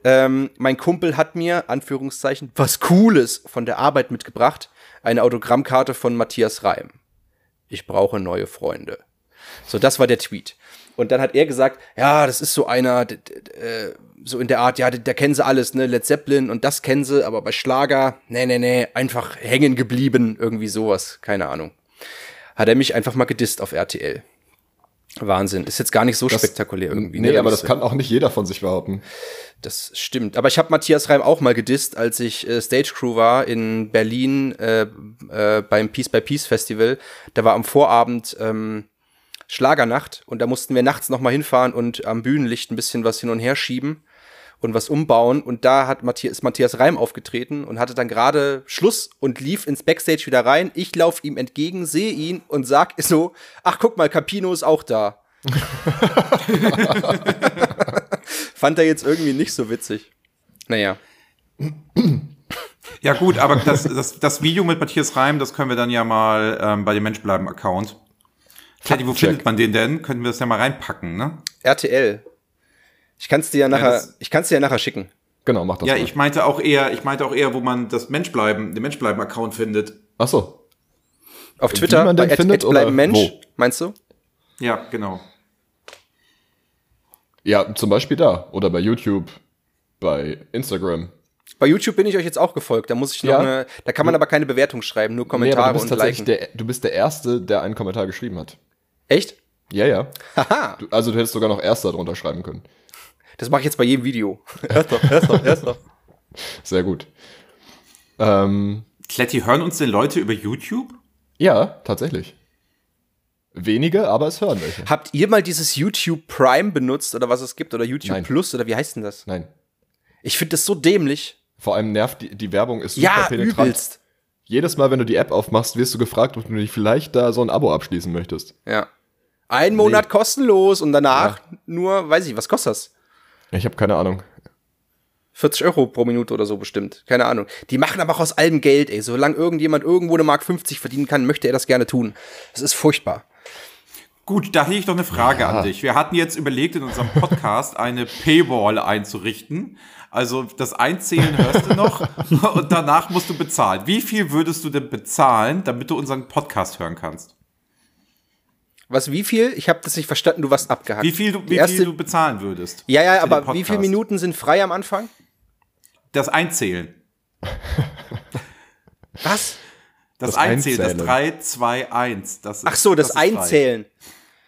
Speaker 2: ähm, mein Kumpel hat mir, Anführungszeichen, was Cooles von der Arbeit mitgebracht, eine Autogrammkarte von Matthias Reim ich brauche neue Freunde. So, das war der Tweet. Und dann hat er gesagt, ja, das ist so einer, d- d- d- äh, so in der Art, ja, d- da kennen sie alles, ne, Led Zeppelin und das kennen sie, aber bei Schlager, nee, nee, nee, einfach hängen geblieben, irgendwie sowas, keine Ahnung. Hat er mich einfach mal gedisst auf RTL. Wahnsinn, ist jetzt gar nicht so spektakulär irgendwie.
Speaker 1: Nee,
Speaker 2: ne,
Speaker 1: aber
Speaker 2: das
Speaker 1: das kann auch nicht jeder von sich behaupten.
Speaker 2: das stimmt. Aber ich habe Matthias Reim auch mal gedisst, als ich äh, Stage Crew war in Berlin äh, äh, beim Peace by Peace Festival. Da war am Vorabend ähm, Schlagernacht und da mussten wir nachts nochmal hinfahren und am Bühnenlicht ein bisschen was hin und her schieben und was umbauen. Und da hat Matthias, ist Matthias Reim aufgetreten und hatte dann gerade Schluss und lief ins Backstage wieder rein. Ich laufe ihm entgegen, sehe ihn und sag so, ach guck mal, Capino ist auch da. Fand er jetzt irgendwie nicht so witzig. Naja.
Speaker 4: Ja gut, aber das, das, das Video mit Matthias Reim, das können wir dann ja mal ähm, bei dem Mensch bleiben Account. Kletti, wo
Speaker 1: Fact-check.
Speaker 4: findet man den denn? Könnten wir das ja mal reinpacken, ne?
Speaker 2: RTL. Ich kann's dir ja nachher,
Speaker 4: das-
Speaker 2: ich kann's dir ja nachher schicken.
Speaker 1: Genau, mach das
Speaker 4: Ja,
Speaker 1: mal.
Speaker 4: ich meinte auch eher, ich meinte auch eher, wo man das Mensch bleiben, den Mensch bleiben Account findet.
Speaker 1: Ach so.
Speaker 2: Auf Twitter
Speaker 1: man den
Speaker 2: at-
Speaker 1: findet
Speaker 2: at bleiben
Speaker 1: oder
Speaker 2: Mensch,
Speaker 1: wo?
Speaker 2: meinst du?
Speaker 4: Ja, genau.
Speaker 1: Ja, zum Beispiel da. Oder bei YouTube, bei Instagram.
Speaker 2: Bei YouTube bin ich euch jetzt auch gefolgt. Da muss ich noch
Speaker 1: Ja.
Speaker 2: eine, da kann man aber keine Bewertung schreiben, nur
Speaker 1: Nee, aber
Speaker 2: Kommentare
Speaker 1: du bist
Speaker 2: und
Speaker 1: tatsächlich
Speaker 2: Liken.
Speaker 1: der, du bist der Erste, der einen Kommentar geschrieben hat.
Speaker 2: Echt?
Speaker 1: Ja, ja.
Speaker 2: Haha,
Speaker 1: Du, also du hättest sogar noch Erster drunter schreiben können.
Speaker 2: das mache ich jetzt bei jedem Video. Hörst doch, hörst doch, hörst doch.
Speaker 1: Sehr gut. Ähm,
Speaker 4: Kletti, hören uns denn Leute über YouTube?
Speaker 1: ja, tatsächlich. Wenige, aber es hören welche.
Speaker 2: Habt ihr mal dieses YouTube Prime benutzt oder was es gibt? Oder YouTube
Speaker 1: Nein.
Speaker 2: Plus oder wie heißt denn das?
Speaker 1: Nein.
Speaker 2: Ich finde das so dämlich.
Speaker 1: Vor allem nervt die, die Werbung ist super
Speaker 2: Ja,
Speaker 1: penetrant.
Speaker 2: übelst.
Speaker 1: Jedes Mal, wenn du die App aufmachst, wirst du gefragt, ob du nicht vielleicht da so ein Abo abschließen möchtest.
Speaker 2: Ja. Ein Monat kostenlos und danach nur, weiß ich, was kostet das?
Speaker 1: Ich habe keine Ahnung.
Speaker 2: 40 Euro pro Minute oder so bestimmt. Keine Ahnung. Die machen aber auch aus allem Geld, ey. Solange irgendjemand irgendwo eine Mark 50 verdienen kann, möchte er das gerne tun. Das ist furchtbar.
Speaker 4: Gut, da hätte ich doch eine Frage an dich. Wir hatten jetzt überlegt, in unserem Podcast eine Paywall einzurichten. Also das Einzählen hörst du noch und danach musst du bezahlen. Wie viel würdest du denn bezahlen, damit du unseren Podcast hören kannst?
Speaker 2: Was, wie viel? Ich habe das nicht verstanden, du warst abgehackt.
Speaker 4: Wie viel du,
Speaker 2: Die
Speaker 4: wie
Speaker 2: erste,
Speaker 4: viel du bezahlen würdest?
Speaker 2: Ja,
Speaker 4: für
Speaker 2: ja,
Speaker 4: den
Speaker 2: aber wie viele
Speaker 4: Podcast?
Speaker 2: Minuten sind frei am Anfang?
Speaker 4: Das Einzählen.
Speaker 2: Was?
Speaker 4: Das,
Speaker 1: Das
Speaker 4: Einzählen, das
Speaker 1: Einzählen.
Speaker 4: 3, 2, 1. Das ist,
Speaker 2: Ach so, das,
Speaker 4: ist frei.
Speaker 2: Einzählen.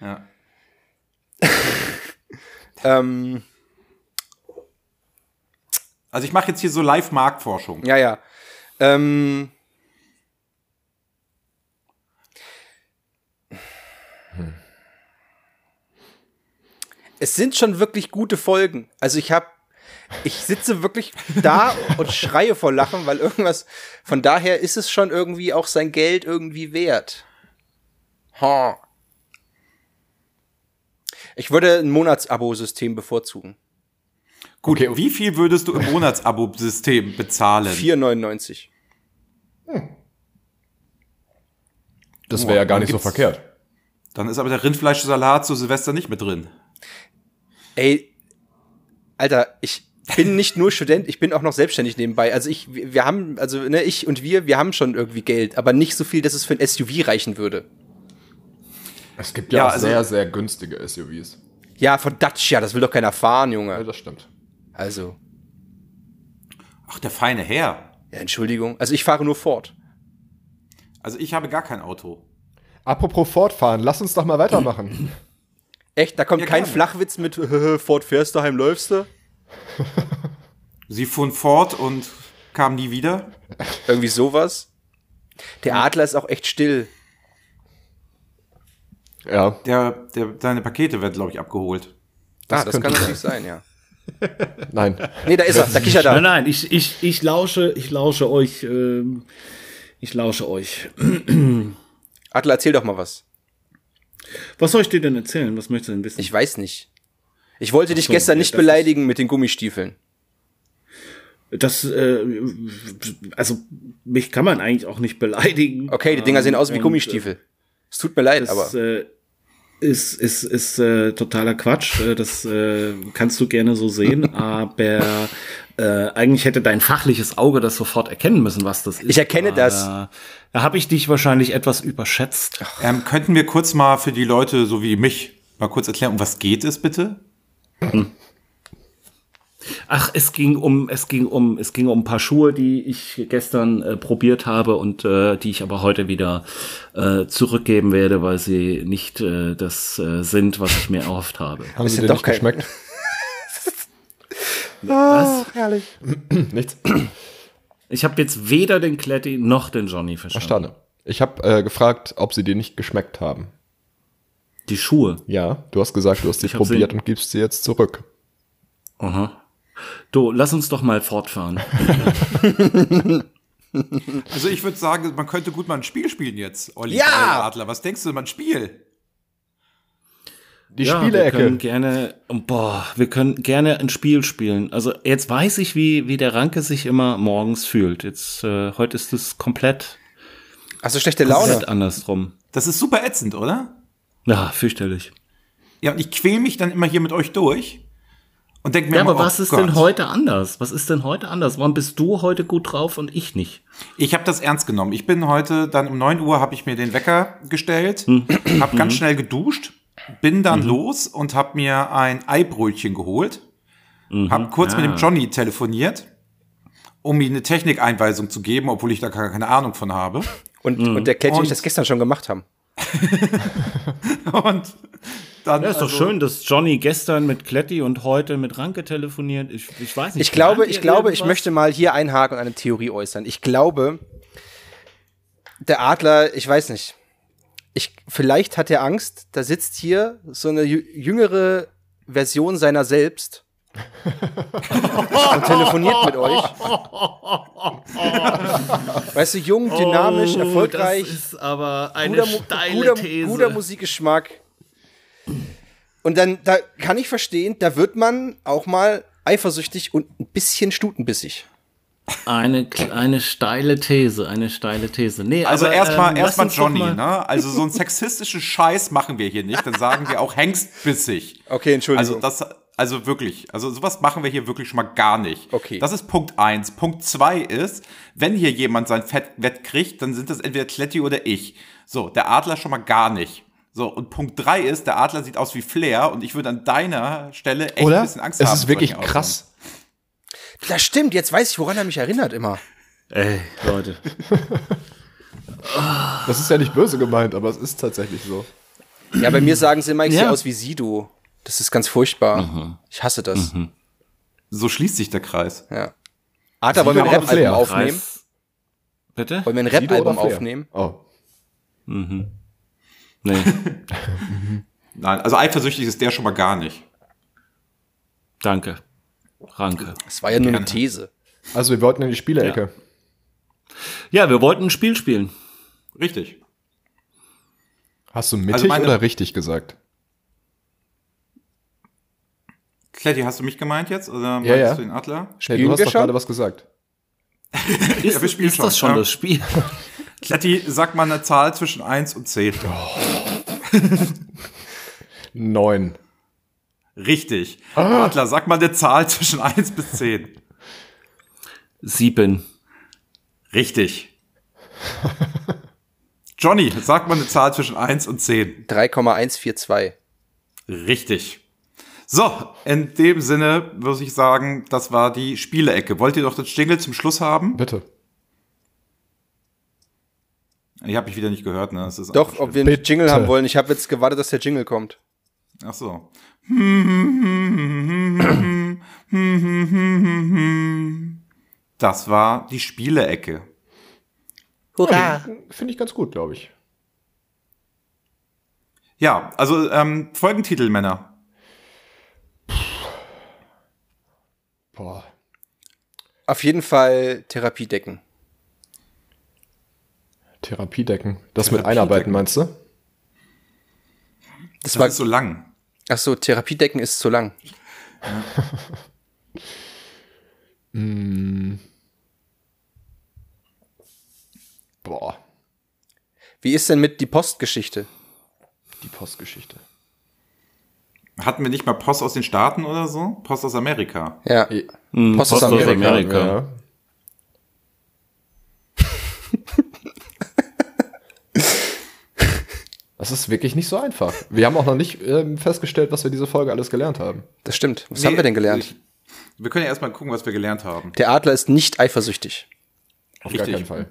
Speaker 4: Ja.
Speaker 2: Ähm,
Speaker 4: Also ich mache jetzt hier so Live-Marktforschung.
Speaker 2: ja, ja. Ähm, es sind schon wirklich gute Folgen. Also ich habe, ich sitze wirklich da und schreie vor Lachen, weil irgendwas. Von daher ist es schon irgendwie auch sein Geld irgendwie wert. Ha. Ich würde ein Monatsabo-System bevorzugen.
Speaker 4: Gut,
Speaker 1: Okay.
Speaker 4: wie viel würdest du im Monatsabo-System bezahlen?
Speaker 2: 4,99.
Speaker 1: Das wäre ja gar nicht so
Speaker 4: gibt's-
Speaker 1: verkehrt.
Speaker 4: Dann ist aber der Rindfleischsalat zu Silvester nicht mit drin.
Speaker 2: Ey, Alter, ich bin nicht nur Student, ich bin auch noch selbstständig nebenbei. Also ich, wir wir haben, also ne, ich und wir, wir haben schon irgendwie Geld, aber nicht so viel, dass es für ein SUV reichen würde.
Speaker 1: Es gibt ja,
Speaker 4: Ja,
Speaker 1: auch
Speaker 4: also-
Speaker 1: sehr, sehr günstige SUVs.
Speaker 2: Ja, von Dacia, das will doch keiner fahren,
Speaker 1: Ja,
Speaker 2: Junge.
Speaker 1: das stimmt.
Speaker 2: Also,
Speaker 4: Ach, der feine Herr.
Speaker 2: ja, Entschuldigung. Also ich fahre nur Ford.
Speaker 4: Also ich habe gar kein Auto.
Speaker 1: Apropos fortfahren, lass uns doch mal weitermachen.
Speaker 2: Echt, da kommt
Speaker 4: Ja,
Speaker 2: kein
Speaker 4: gerne.
Speaker 2: Flachwitz mit Ford fährst du, heim läufst du?
Speaker 4: Sie fuhren fort und kamen nie wieder.
Speaker 2: Irgendwie sowas. Der Adler ist auch echt still.
Speaker 1: ja,
Speaker 4: Der, der, seine Pakete werden, glaube ich, abgeholt.
Speaker 2: Ah, das
Speaker 1: könnte
Speaker 2: kann natürlich sein, ja.
Speaker 1: nein.
Speaker 2: Nee, da ist er, da kichert
Speaker 5: Nein,
Speaker 2: er.
Speaker 5: nein, ich, ich, ich lausche, ich lausche euch, ähm, ich lausche euch.
Speaker 2: Adler, erzähl doch mal was.
Speaker 5: Was soll ich dir denn erzählen? Was möchtest du denn wissen?
Speaker 2: Ich weiß nicht. Ich wollte dich
Speaker 5: so,
Speaker 2: gestern
Speaker 5: ja,
Speaker 2: nicht
Speaker 5: das ist-
Speaker 2: beleidigen mit den Gummistiefeln.
Speaker 5: das, äh, also mich kann man eigentlich auch nicht beleidigen.
Speaker 2: Okay, die Dinger sehen aus wie
Speaker 5: Und,
Speaker 2: Gummistiefel. Es tut mir leid,
Speaker 5: Ähm, Das
Speaker 2: aber
Speaker 5: äh, ist, ist, ist äh, totaler Quatsch. Äh, Das äh, kannst du gerne so sehen, aber äh, eigentlich hätte dein fachliches Auge das sofort erkennen müssen, was das ist.
Speaker 2: Ich erkenne das.
Speaker 5: Aber Da habe ich dich wahrscheinlich etwas überschätzt.
Speaker 4: Ähm, könnten wir kurz mal für die Leute, so wie mich, mal kurz erklären, um was geht es bitte?
Speaker 5: Ach, es ging um, es ging um, es ging um ein paar Schuhe, die ich gestern äh, probiert habe und äh, die ich aber heute wieder äh, zurückgeben werde, weil sie nicht äh, das äh, sind, was ich mir erhofft habe.
Speaker 1: Haben
Speaker 2: Ist
Speaker 1: sie
Speaker 2: ja
Speaker 1: dir nicht
Speaker 2: doch kein-
Speaker 1: geschmeckt? Ah,
Speaker 5: Was?
Speaker 1: Nichts?
Speaker 5: Ich habe jetzt weder den Kletti noch den Johnny verstanden.
Speaker 1: Verstanden. Ich habe äh, gefragt, ob sie dir nicht geschmeckt haben.
Speaker 5: Die Schuhe.
Speaker 1: Ja, du hast gesagt, du hast sie
Speaker 5: Ich hab sie-
Speaker 1: probiert und gibst sie jetzt zurück.
Speaker 5: Aha. Du, lass uns doch mal fortfahren.
Speaker 4: Also ich würde sagen, man könnte gut mal ein Spiel spielen jetzt, Olli
Speaker 2: Ja!
Speaker 4: Karl Adler. Was denkst du denn mal ein Spiel?
Speaker 1: Die
Speaker 5: Wir
Speaker 1: Spielecke.
Speaker 5: können gerne, oh, boah, wir können gerne ein Spiel spielen. Also jetzt weiß ich, wie, wie der Ranke sich immer morgens fühlt. Jetzt, äh, heute ist es komplett,
Speaker 2: hast du schlechte Laune?
Speaker 5: komplett andersrum.
Speaker 4: Das ist super ätzend, oder?
Speaker 5: Ja, fürchterlich.
Speaker 4: Ja, und ich quäl mich dann immer hier mit euch durch und denke mir
Speaker 5: Ja,
Speaker 4: immer,
Speaker 5: aber was
Speaker 4: oh
Speaker 5: ist
Speaker 4: Gott.
Speaker 5: denn heute anders? Was ist denn heute anders? Warum bist du heute gut drauf und ich nicht?
Speaker 4: Ich habe das ernst genommen. Ich bin heute dann um 9 Uhr habe ich mir den Wecker gestellt,
Speaker 5: Mhm.
Speaker 4: habe ganz schnell geduscht, bin dann los und habe mir ein Eibrötchen geholt,
Speaker 5: Mhm.
Speaker 4: habe kurz
Speaker 5: Ah.
Speaker 4: mit dem Johnny telefoniert, um ihm eine Technikeinweisung zu geben, obwohl ich da gar keine Ahnung von habe.
Speaker 2: Und,
Speaker 5: Mhm.
Speaker 2: und der Kletti und
Speaker 4: Und-
Speaker 2: ich das gestern schon gemacht haben.
Speaker 4: Und dann also,
Speaker 5: Ja, ist
Speaker 2: Also
Speaker 5: doch schön, dass Johnny gestern mit Kletti und heute mit Ranke telefoniert. Ich, ich weiß nicht.
Speaker 2: Ich glaube,
Speaker 5: plant
Speaker 2: ich
Speaker 5: ihr
Speaker 2: glaube, ich
Speaker 5: irgendwas?
Speaker 2: möchte mal hier einhaken und eine Theorie äußern. Ich glaube, der Adler, ich weiß nicht. Ich, vielleicht hat er Angst, da sitzt hier so eine jü- jüngere Version seiner selbst und telefoniert mit euch. weißt du, jung, dynamisch, erfolgreich,
Speaker 5: Oh, Das ist aber eine
Speaker 2: guter, Mu-
Speaker 5: steile
Speaker 2: guter,
Speaker 5: These.
Speaker 2: guter Musikgeschmack. Und dann, da kann ich verstehen, da wird man auch mal eifersüchtig und ein bisschen stutenbissig.
Speaker 5: eine, eine steile These, eine steile These. Nee,
Speaker 4: Also
Speaker 5: aber,
Speaker 4: erstmal
Speaker 5: ähm, lass
Speaker 4: erstmal
Speaker 5: uns doch
Speaker 4: Johnny,
Speaker 5: mal-
Speaker 4: ne? Also so einen sexistischen Scheiß machen wir hier nicht. Dann sagen wir auch hengstbissig.
Speaker 2: Okay, Entschuldigung.
Speaker 4: Also das also wirklich, also sowas machen wir hier wirklich schon mal gar nicht.
Speaker 2: Okay.
Speaker 4: Das ist Punkt eins. Punkt zwei ist, wenn hier jemand sein Fett wettkriegt, dann sind das entweder Kletti oder ich. So, der Adler schon mal gar nicht. So, und Punkt drei ist, der Adler sieht aus wie Flair und ich würde an deiner Stelle echt ein
Speaker 1: Oder?
Speaker 4: bisschen Angst
Speaker 1: es
Speaker 4: haben.
Speaker 1: ist
Speaker 4: vor
Speaker 1: wirklich
Speaker 4: solchen Aussagen.
Speaker 1: krass.
Speaker 2: Das stimmt, jetzt weiß ich, woran er mich erinnert immer.
Speaker 5: Ey, Leute.
Speaker 4: ne?
Speaker 1: Das ist ja nicht böse gemeint, aber es ist tatsächlich so.
Speaker 2: Ja, bei mir sagen sie immer, ich
Speaker 5: Ja.
Speaker 2: sehe aus wie Sido. Das ist ganz furchtbar.
Speaker 1: Mhm.
Speaker 2: Ich hasse das.
Speaker 4: So schließt sich der Kreis.
Speaker 2: Ja. Arthur, wollen wir ein
Speaker 1: oder
Speaker 2: Rap-Album
Speaker 1: Flair?
Speaker 2: aufnehmen?
Speaker 5: Preis- Bitte?
Speaker 2: Wollen wir ein
Speaker 1: Sido oder
Speaker 2: Rap-Album
Speaker 1: Flair?
Speaker 2: aufnehmen?
Speaker 1: Oh.
Speaker 5: Nee.
Speaker 4: Nein, also eifersüchtig ist der schon mal gar nicht.
Speaker 5: Danke. Ranke.
Speaker 2: Das war ja nur eine These.
Speaker 1: Also wir wollten in die Spielecke.
Speaker 5: Ja, wir wollten ein Spiel spielen.
Speaker 4: Richtig.
Speaker 1: Hast du mittig
Speaker 4: Also meine-
Speaker 1: oder richtig gesagt?
Speaker 4: Kletti, hast du mich gemeint jetzt? Oder meinst
Speaker 1: Ja, ja.
Speaker 4: du den Adler?
Speaker 1: Nee, du
Speaker 2: Spielen
Speaker 1: hast
Speaker 2: wir
Speaker 1: doch
Speaker 2: schon?
Speaker 1: gerade was gesagt.
Speaker 5: Ist,
Speaker 4: Ja, wir spielen
Speaker 5: ist das
Speaker 4: schon,
Speaker 5: schon
Speaker 4: ja.
Speaker 5: das Spiel?
Speaker 4: Kletti, sag mal eine Zahl zwischen 1 und 10.
Speaker 1: Neun.
Speaker 4: Richtig. Adler, sag mal eine Zahl zwischen 1 bis 10.
Speaker 5: Sieben.
Speaker 4: Richtig. Johnny, sag mal eine Zahl zwischen 1 und 10.
Speaker 2: 3,142.
Speaker 4: Richtig. So, in dem Sinne muss ich sagen, das war die Spielecke. Wollt ihr doch das Jingle zum Schluss haben?
Speaker 1: Bitte.
Speaker 4: Ich habe mich wieder nicht gehört, ne? Das ist
Speaker 2: Doch, ob wir einen
Speaker 1: Bitte.
Speaker 2: Jingle haben wollen. Ich habe jetzt gewartet, dass der Jingle kommt.
Speaker 4: Ach so. Das war die Spielecke.
Speaker 1: Ah. Finde ich ganz gut, glaube ich.
Speaker 4: Ja, also ähm, Folgentitel, Männer.
Speaker 1: Boah.
Speaker 2: Auf jeden Fall Therapiedecken.
Speaker 1: Therapiedecken. Das mit Einarbeiten meinst du?
Speaker 2: Das
Speaker 4: Das
Speaker 2: war,
Speaker 4: ist so lang.
Speaker 2: ach so, Therapiedecken ist zu lang.
Speaker 1: Boah.
Speaker 2: Wie ist denn mit die Postgeschichte?
Speaker 1: Die Postgeschichte.
Speaker 4: Hatten wir nicht mal Post aus den Staaten oder so? Post aus Amerika.
Speaker 2: Ja.
Speaker 1: Eh,
Speaker 2: Post aus
Speaker 5: Hm, Post aus
Speaker 2: Amerika.
Speaker 5: Amerika.
Speaker 1: Ja. Das ist wirklich nicht so einfach. Wir haben auch noch nicht ähm, festgestellt, was wir diese Folge alles gelernt haben.
Speaker 2: Das stimmt. Was
Speaker 4: Nee,
Speaker 2: haben wir denn gelernt?
Speaker 4: ich- wir können ja erstmal gucken, was wir gelernt haben.
Speaker 2: der Adler ist nicht eifersüchtig.
Speaker 1: Auf
Speaker 4: Richtig.
Speaker 1: gar keinen Fall.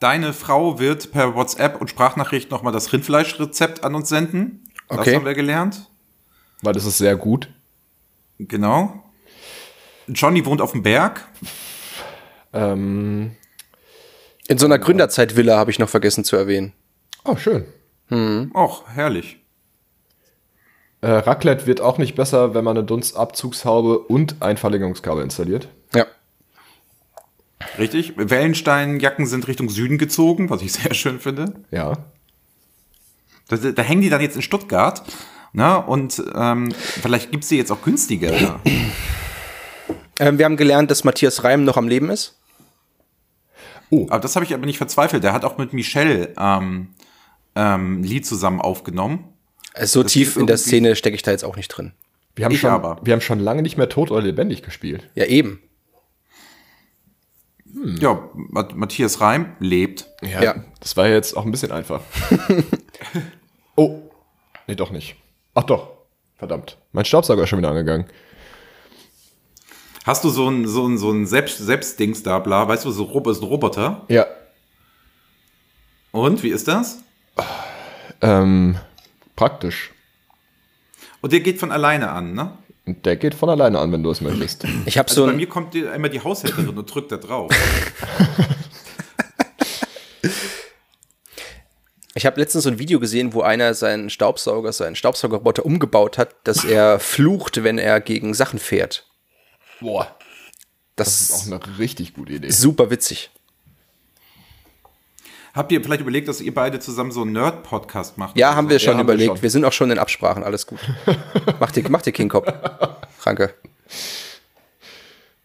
Speaker 4: Deine Frau wird per WhatsApp und Sprachnachricht nochmal das Rindfleischrezept an uns senden. Das
Speaker 2: Okay.
Speaker 4: haben wir gelernt.
Speaker 1: Weil das ist sehr gut.
Speaker 4: Genau. Johnny wohnt auf dem Berg.
Speaker 1: Ähm,
Speaker 2: In so einer Gründerzeitvilla habe ich noch vergessen zu erwähnen.
Speaker 1: oh, schön.
Speaker 4: Och, herrlich.
Speaker 1: Äh, Raclette wird auch nicht besser, wenn man eine Dunstabzugshaube und ein Verlängerungskabel installiert.
Speaker 2: Ja.
Speaker 4: Richtig. Wellensteinjacken sind Richtung Süden gezogen, was ich sehr schön finde.
Speaker 1: Ja.
Speaker 4: Da, da hängen die dann jetzt in Stuttgart. Na, und ähm, vielleicht gibt's die jetzt auch günstiger. Ja.
Speaker 2: Ähm, wir haben gelernt, dass Matthias Reim noch am Leben ist.
Speaker 4: Aber das habe ich aber nicht verzweifelt. Der hat auch mit Michelle ähm, ähm, ein Lied zusammen aufgenommen.
Speaker 2: Äh, So
Speaker 4: Das
Speaker 2: tief
Speaker 4: ist
Speaker 2: in der
Speaker 4: irgendwie-
Speaker 2: Szene stecke ich da jetzt auch nicht drin.
Speaker 1: Wir haben,
Speaker 4: Ich
Speaker 1: schon,
Speaker 4: aber.
Speaker 1: wir haben schon lange nicht mehr tot oder lebendig gespielt.
Speaker 2: Ja, eben. Mhm.
Speaker 4: Ja, Mat- Matthias Reim lebt.
Speaker 1: Ja.
Speaker 2: Ja.
Speaker 1: Das war jetzt auch ein bisschen einfach. oh. Nee, doch nicht. Ach doch. Verdammt. Mein Staubsauger ist schon wieder angegangen.
Speaker 4: Hast du so ein, so ein, so ein Selbst Selbstdings da, bla, weißt du, so Rob- ist ein Roboter.
Speaker 1: Ja.
Speaker 4: Und wie ist das?
Speaker 1: Ähm, praktisch.
Speaker 4: Und der geht von alleine an, ne?
Speaker 1: Und der geht von alleine an, wenn du es möchtest.
Speaker 2: Ich habe
Speaker 4: Also
Speaker 2: so
Speaker 4: bei
Speaker 2: ein,
Speaker 4: mir kommt die, immer die Haushälterin und drückt da drauf.
Speaker 2: Ich habe letztens so ein Video gesehen, wo einer seinen Staubsauger, seinen Staubsaugerroboter umgebaut hat, dass er flucht, wenn er gegen Sachen fährt.
Speaker 1: Boah.
Speaker 2: Das,
Speaker 1: Das ist auch
Speaker 2: ist
Speaker 1: eine richtig gute Idee.
Speaker 2: super witzig.
Speaker 4: Habt ihr vielleicht überlegt, dass ihr beide zusammen so einen Nerd-Podcast macht? Also,
Speaker 2: Ja, haben wir schon
Speaker 1: haben wir
Speaker 2: überlegt. Wir,
Speaker 1: schon.
Speaker 2: sind auch schon in Absprachen, alles gut. mach dir, mach dir King Cop. Ranke.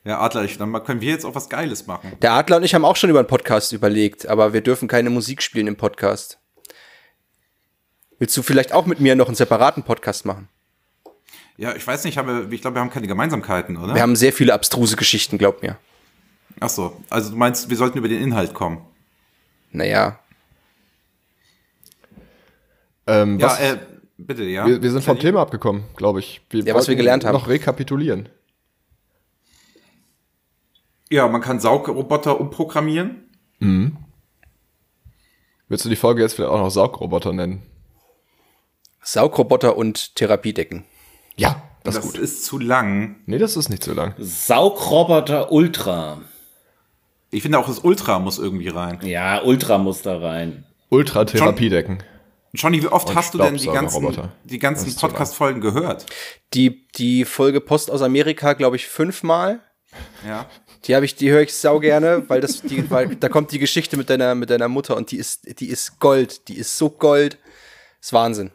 Speaker 4: Ja, Adler, ich, dann mal- können wir jetzt auch was Geiles machen.
Speaker 2: Der Adler und ich haben auch schon über einen Podcast überlegt, aber wir dürfen keine Musik spielen im Podcast. Willst du vielleicht auch mit mir noch einen separaten Podcast machen?
Speaker 4: Ja, ich weiß nicht, haben wir, ich glaube, wir haben keine Gemeinsamkeiten, oder?
Speaker 1: Ah.
Speaker 2: Wir haben sehr viele abstruse Geschichten, glaub mir.
Speaker 4: Ach so, also du meinst, wir sollten über den Inhalt kommen.
Speaker 2: Naja,
Speaker 1: Ähm, was,
Speaker 4: ja, äh, bitte, ja.
Speaker 1: wir, wir sind vom Thema abgekommen, glaube ich.
Speaker 2: Ja, was wir
Speaker 1: wollten
Speaker 2: gelernt haben.
Speaker 1: Noch rekapitulieren.
Speaker 4: Ja, man kann Saugroboter umprogrammieren.
Speaker 1: Willst du die Folge jetzt vielleicht auch noch Saugroboter nennen?
Speaker 2: Saugroboter und Therapiedecken.
Speaker 1: Ja, das,
Speaker 4: Das,
Speaker 1: ist gut.
Speaker 4: ist zu lang.
Speaker 1: Nee, das ist nicht so lang.
Speaker 6: Saugroboter Ultra.
Speaker 4: Ich finde auch, das Ultra muss irgendwie rein.
Speaker 6: Ja, Ultra muss da rein.
Speaker 1: Ultratherapiedecken.
Speaker 4: Johnny, wie oft hast du denn die ganzen,
Speaker 1: Staubsaugerroboter.
Speaker 4: die
Speaker 1: Das
Speaker 4: ganzen
Speaker 1: ist zu lang.
Speaker 4: Podcast-Folgen gehört?
Speaker 2: Die, die Folge Post aus Amerika, glaube ich, fünfmal.
Speaker 4: Ja.
Speaker 2: Die habe ich, die höre ich sau gerne, weil das, die, weil da kommt die Geschichte mit deiner, mit deiner Mutter und die ist, die ist Gold, die ist so Gold, ist Wahnsinn.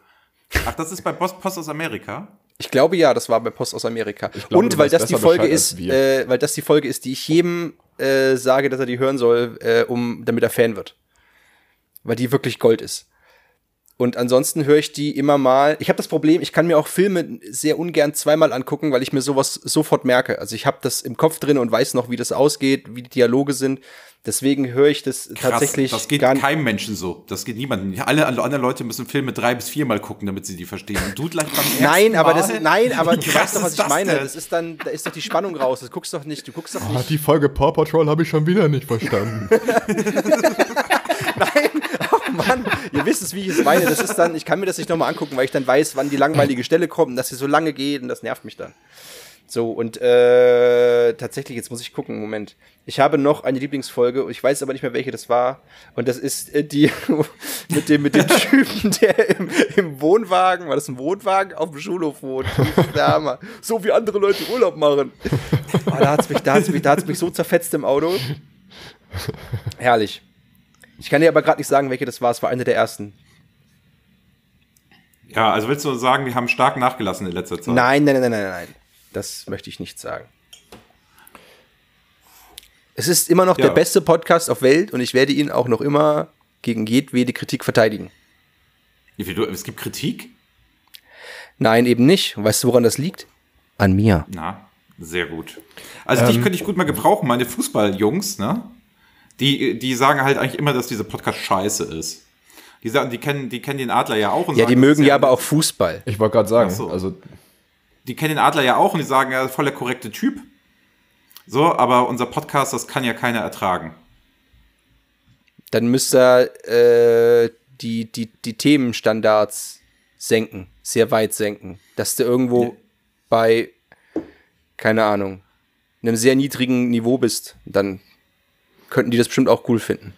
Speaker 4: Ach, das ist bei Post, Post aus Amerika?
Speaker 2: Ich glaube ja, das war bei Post aus Amerika.
Speaker 1: glaube,
Speaker 2: und
Speaker 1: du
Speaker 2: weil
Speaker 1: weißt
Speaker 2: das die
Speaker 1: besser
Speaker 2: Folge
Speaker 1: Bescheid
Speaker 2: ist,
Speaker 1: als wir.
Speaker 2: äh, weil das die Folge ist, die ich jedem äh, sage, dass er die hören soll, äh, um damit er Fan wird, weil die wirklich Gold ist. Und ansonsten höre ich die immer mal. Ich habe das Problem, ich kann mir auch Filme sehr ungern zweimal angucken, weil ich mir sowas sofort merke. Also ich habe das im Kopf drin und weiß noch, wie das ausgeht, wie die Dialoge sind. Deswegen höre ich das tatsächlich
Speaker 4: das geht
Speaker 2: gar nicht.
Speaker 4: keinem Menschen so. Das geht niemandem. Alle anderen Leute müssen Filme drei bis viermal gucken, damit sie die verstehen. Und du gleich beim ersten
Speaker 2: Nein, aber
Speaker 4: Mal?
Speaker 2: das, nein, aber
Speaker 4: Wie
Speaker 2: du weißt
Speaker 4: krass
Speaker 2: doch,
Speaker 4: ist
Speaker 2: was ich
Speaker 4: das
Speaker 2: meine.
Speaker 4: denn?
Speaker 2: Das ist dann, da ist doch die Spannung raus. Das guckst doch nicht. Du guckst doch
Speaker 1: Ah,
Speaker 2: nicht.
Speaker 1: die Folge Paw Patrol habe ich schon wieder nicht verstanden.
Speaker 2: Nein, oh Mann, ihr wisst es, wie ich es meine. Das ist dann, ich kann mir das nicht nochmal angucken, weil ich dann weiß, wann die langweilige Stelle kommt und dass sie so lange geht und das nervt mich dann. So, und äh, tatsächlich, jetzt muss ich gucken, Moment. Ich habe noch eine Lieblingsfolge, ich weiß aber nicht mehr, welche das war. Und das ist äh, die mit dem, mit dem Typen, der im, im Wohnwagen, war das ein Wohnwagen, auf dem Schulhof wohnt. Das ist der Hammer. So wie andere Leute Urlaub machen. Oh, da hat's mich, da hat's mich, da hat's mich so zerfetzt im Auto. Herrlich. Ich kann dir aber gerade nicht sagen, welche das war. Es war eine der ersten.
Speaker 4: Ja, also willst du sagen, wir haben stark nachgelassen in letzter Zeit?
Speaker 2: Nein, nein, nein, nein, nein, nein. Das möchte ich nicht sagen. Es ist immer noch
Speaker 4: Ja.
Speaker 2: der beste Podcast auf Welt und ich werde ihn auch noch immer gegen jedwede Kritik verteidigen.
Speaker 4: Wie viel, du, es gibt Kritik?
Speaker 2: Nein, eben nicht. Weißt du, woran das liegt? An mir.
Speaker 4: Na, sehr gut. Also
Speaker 2: Ähm,
Speaker 4: dich könnte ich gut mal gebrauchen, meine Fußballjungs, ne? Die, die sagen halt eigentlich immer, dass dieser Podcast scheiße ist. Die sagen, die kennen, die kennen den Adler ja auch und
Speaker 2: Ja,
Speaker 4: sagen,
Speaker 2: die
Speaker 4: das
Speaker 2: mögen
Speaker 4: ist
Speaker 2: ja aber auch Fußball.
Speaker 1: Ich wollte gerade sagen,
Speaker 4: Ach so.
Speaker 1: also
Speaker 4: Die kennen den Adler ja auch und die sagen, ja, voll der korrekte Typ. So, aber unser Podcast, das kann ja keiner ertragen.
Speaker 2: Dann müsste er äh, die, die, die Themenstandards senken. Sehr weit senken. Dass du irgendwo bei, keine Ahnung, einem sehr niedrigen Niveau bist. Dann könnten die das bestimmt auch cool finden.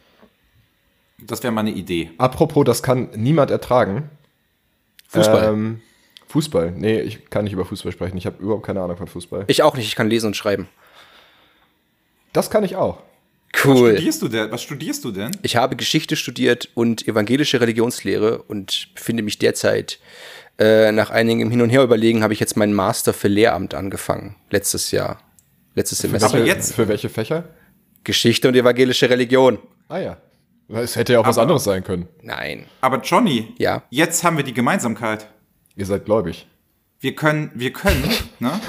Speaker 4: Das wäre mal eine Idee.
Speaker 1: apropos, das kann niemand ertragen.
Speaker 2: Fußball.
Speaker 1: Ähm, Fußball. Nee, ich kann nicht über Fußball sprechen. Ich habe überhaupt keine Ahnung von Fußball.
Speaker 2: Ich auch nicht, ich kann lesen und schreiben.
Speaker 1: das kann ich auch.
Speaker 2: Cool.
Speaker 4: Studierst du denn? Was studierst du denn?
Speaker 2: Ich habe Geschichte studiert und evangelische Religionslehre und befinde mich derzeit äh, nach einigem Hin und Her überlegen, habe ich jetzt meinen Master für Lehramt angefangen. Letztes Jahr. Letztes Semester.
Speaker 4: Aber jetzt-
Speaker 1: Für welche Fächer?
Speaker 2: Geschichte und evangelische Religion.
Speaker 1: Ah ja. Es hätte ja auch was
Speaker 4: Aber-
Speaker 1: anderes sein können.
Speaker 2: Nein.
Speaker 4: Aber Johnny,
Speaker 2: Ja.
Speaker 4: jetzt haben wir die Gemeinsamkeit.
Speaker 1: Ihr seid gläubig.
Speaker 4: Wir können, wir können, ne?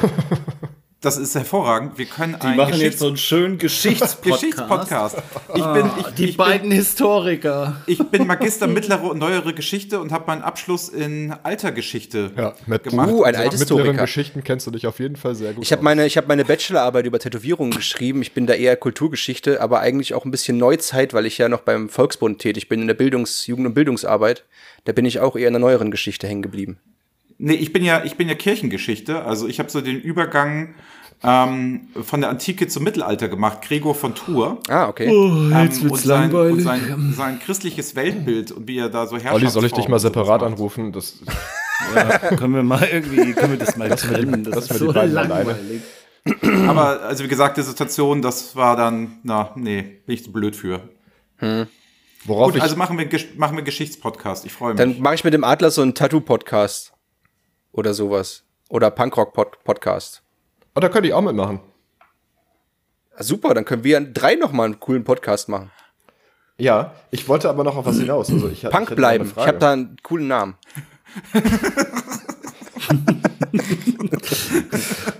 Speaker 4: Das ist hervorragend. Wir können
Speaker 6: Die
Speaker 4: einen
Speaker 6: machen jetzt
Speaker 4: Geschichts-
Speaker 6: so einen schönen Geschichtspodcast.
Speaker 4: Geschichtspodcast. Ich bin, ich,
Speaker 6: Die
Speaker 4: ich bin,
Speaker 6: beiden Historiker.
Speaker 4: ich bin Magister mittlere und neuere Geschichte und habe meinen Abschluss in alter Geschichte
Speaker 1: mit
Speaker 4: gemacht.
Speaker 2: Uh, ein
Speaker 1: mit mittleren
Speaker 2: Althistoriker.
Speaker 1: Geschichten kennst du dich auf jeden Fall sehr gut.
Speaker 2: Ich habe
Speaker 1: aus.
Speaker 2: meine, ich hab meine Bachelorarbeit über Tätowierungen geschrieben. Ich bin da eher Kulturgeschichte, aber eigentlich auch ein bisschen Neuzeit, weil ich ja noch beim Volksbund tätig bin, in der Bildungs-, Jugend- und Bildungsarbeit. Da bin ich auch eher in der neueren Geschichte hängen geblieben.
Speaker 4: nee, ich bin ja, ich bin ja Kirchengeschichte. Also ich habe so den Übergang ähm, von der Antike zum Mittelalter gemacht, Gregor von Tours.
Speaker 2: Ah, okay.
Speaker 1: Oh,
Speaker 5: jetzt
Speaker 4: ähm,
Speaker 5: wird's
Speaker 4: und sein, und
Speaker 5: langweilig.
Speaker 4: sein, sein christliches Weltbild und wie er da so herrscht.
Speaker 1: Olli, soll ich dich mal separat anrufen? Das,
Speaker 5: können wir mal irgendwie, können wir das mal trennen? Das
Speaker 1: lass mir die beiden alleine.
Speaker 4: Aber also wie gesagt, die Situation, das war dann, na, nee, bin ich zu blöd für.
Speaker 1: Worauf
Speaker 4: Gut,
Speaker 1: ich
Speaker 4: also machen wir, Gesch- machen wir Geschichtspodcast. Ich freue mich.
Speaker 2: Dann mache ich mit dem Adler so einen Tattoo-Podcast. Oder sowas. Oder Punkrock-Podcast.
Speaker 1: Oh, da könnte ich auch mitmachen.
Speaker 2: Ah, Super, dann können wir an drei nochmal einen coolen Podcast machen.
Speaker 1: Ja, ich wollte aber noch auf was hinaus. Also ich,
Speaker 2: Punk bleiben. Ich habe da einen coolen Namen.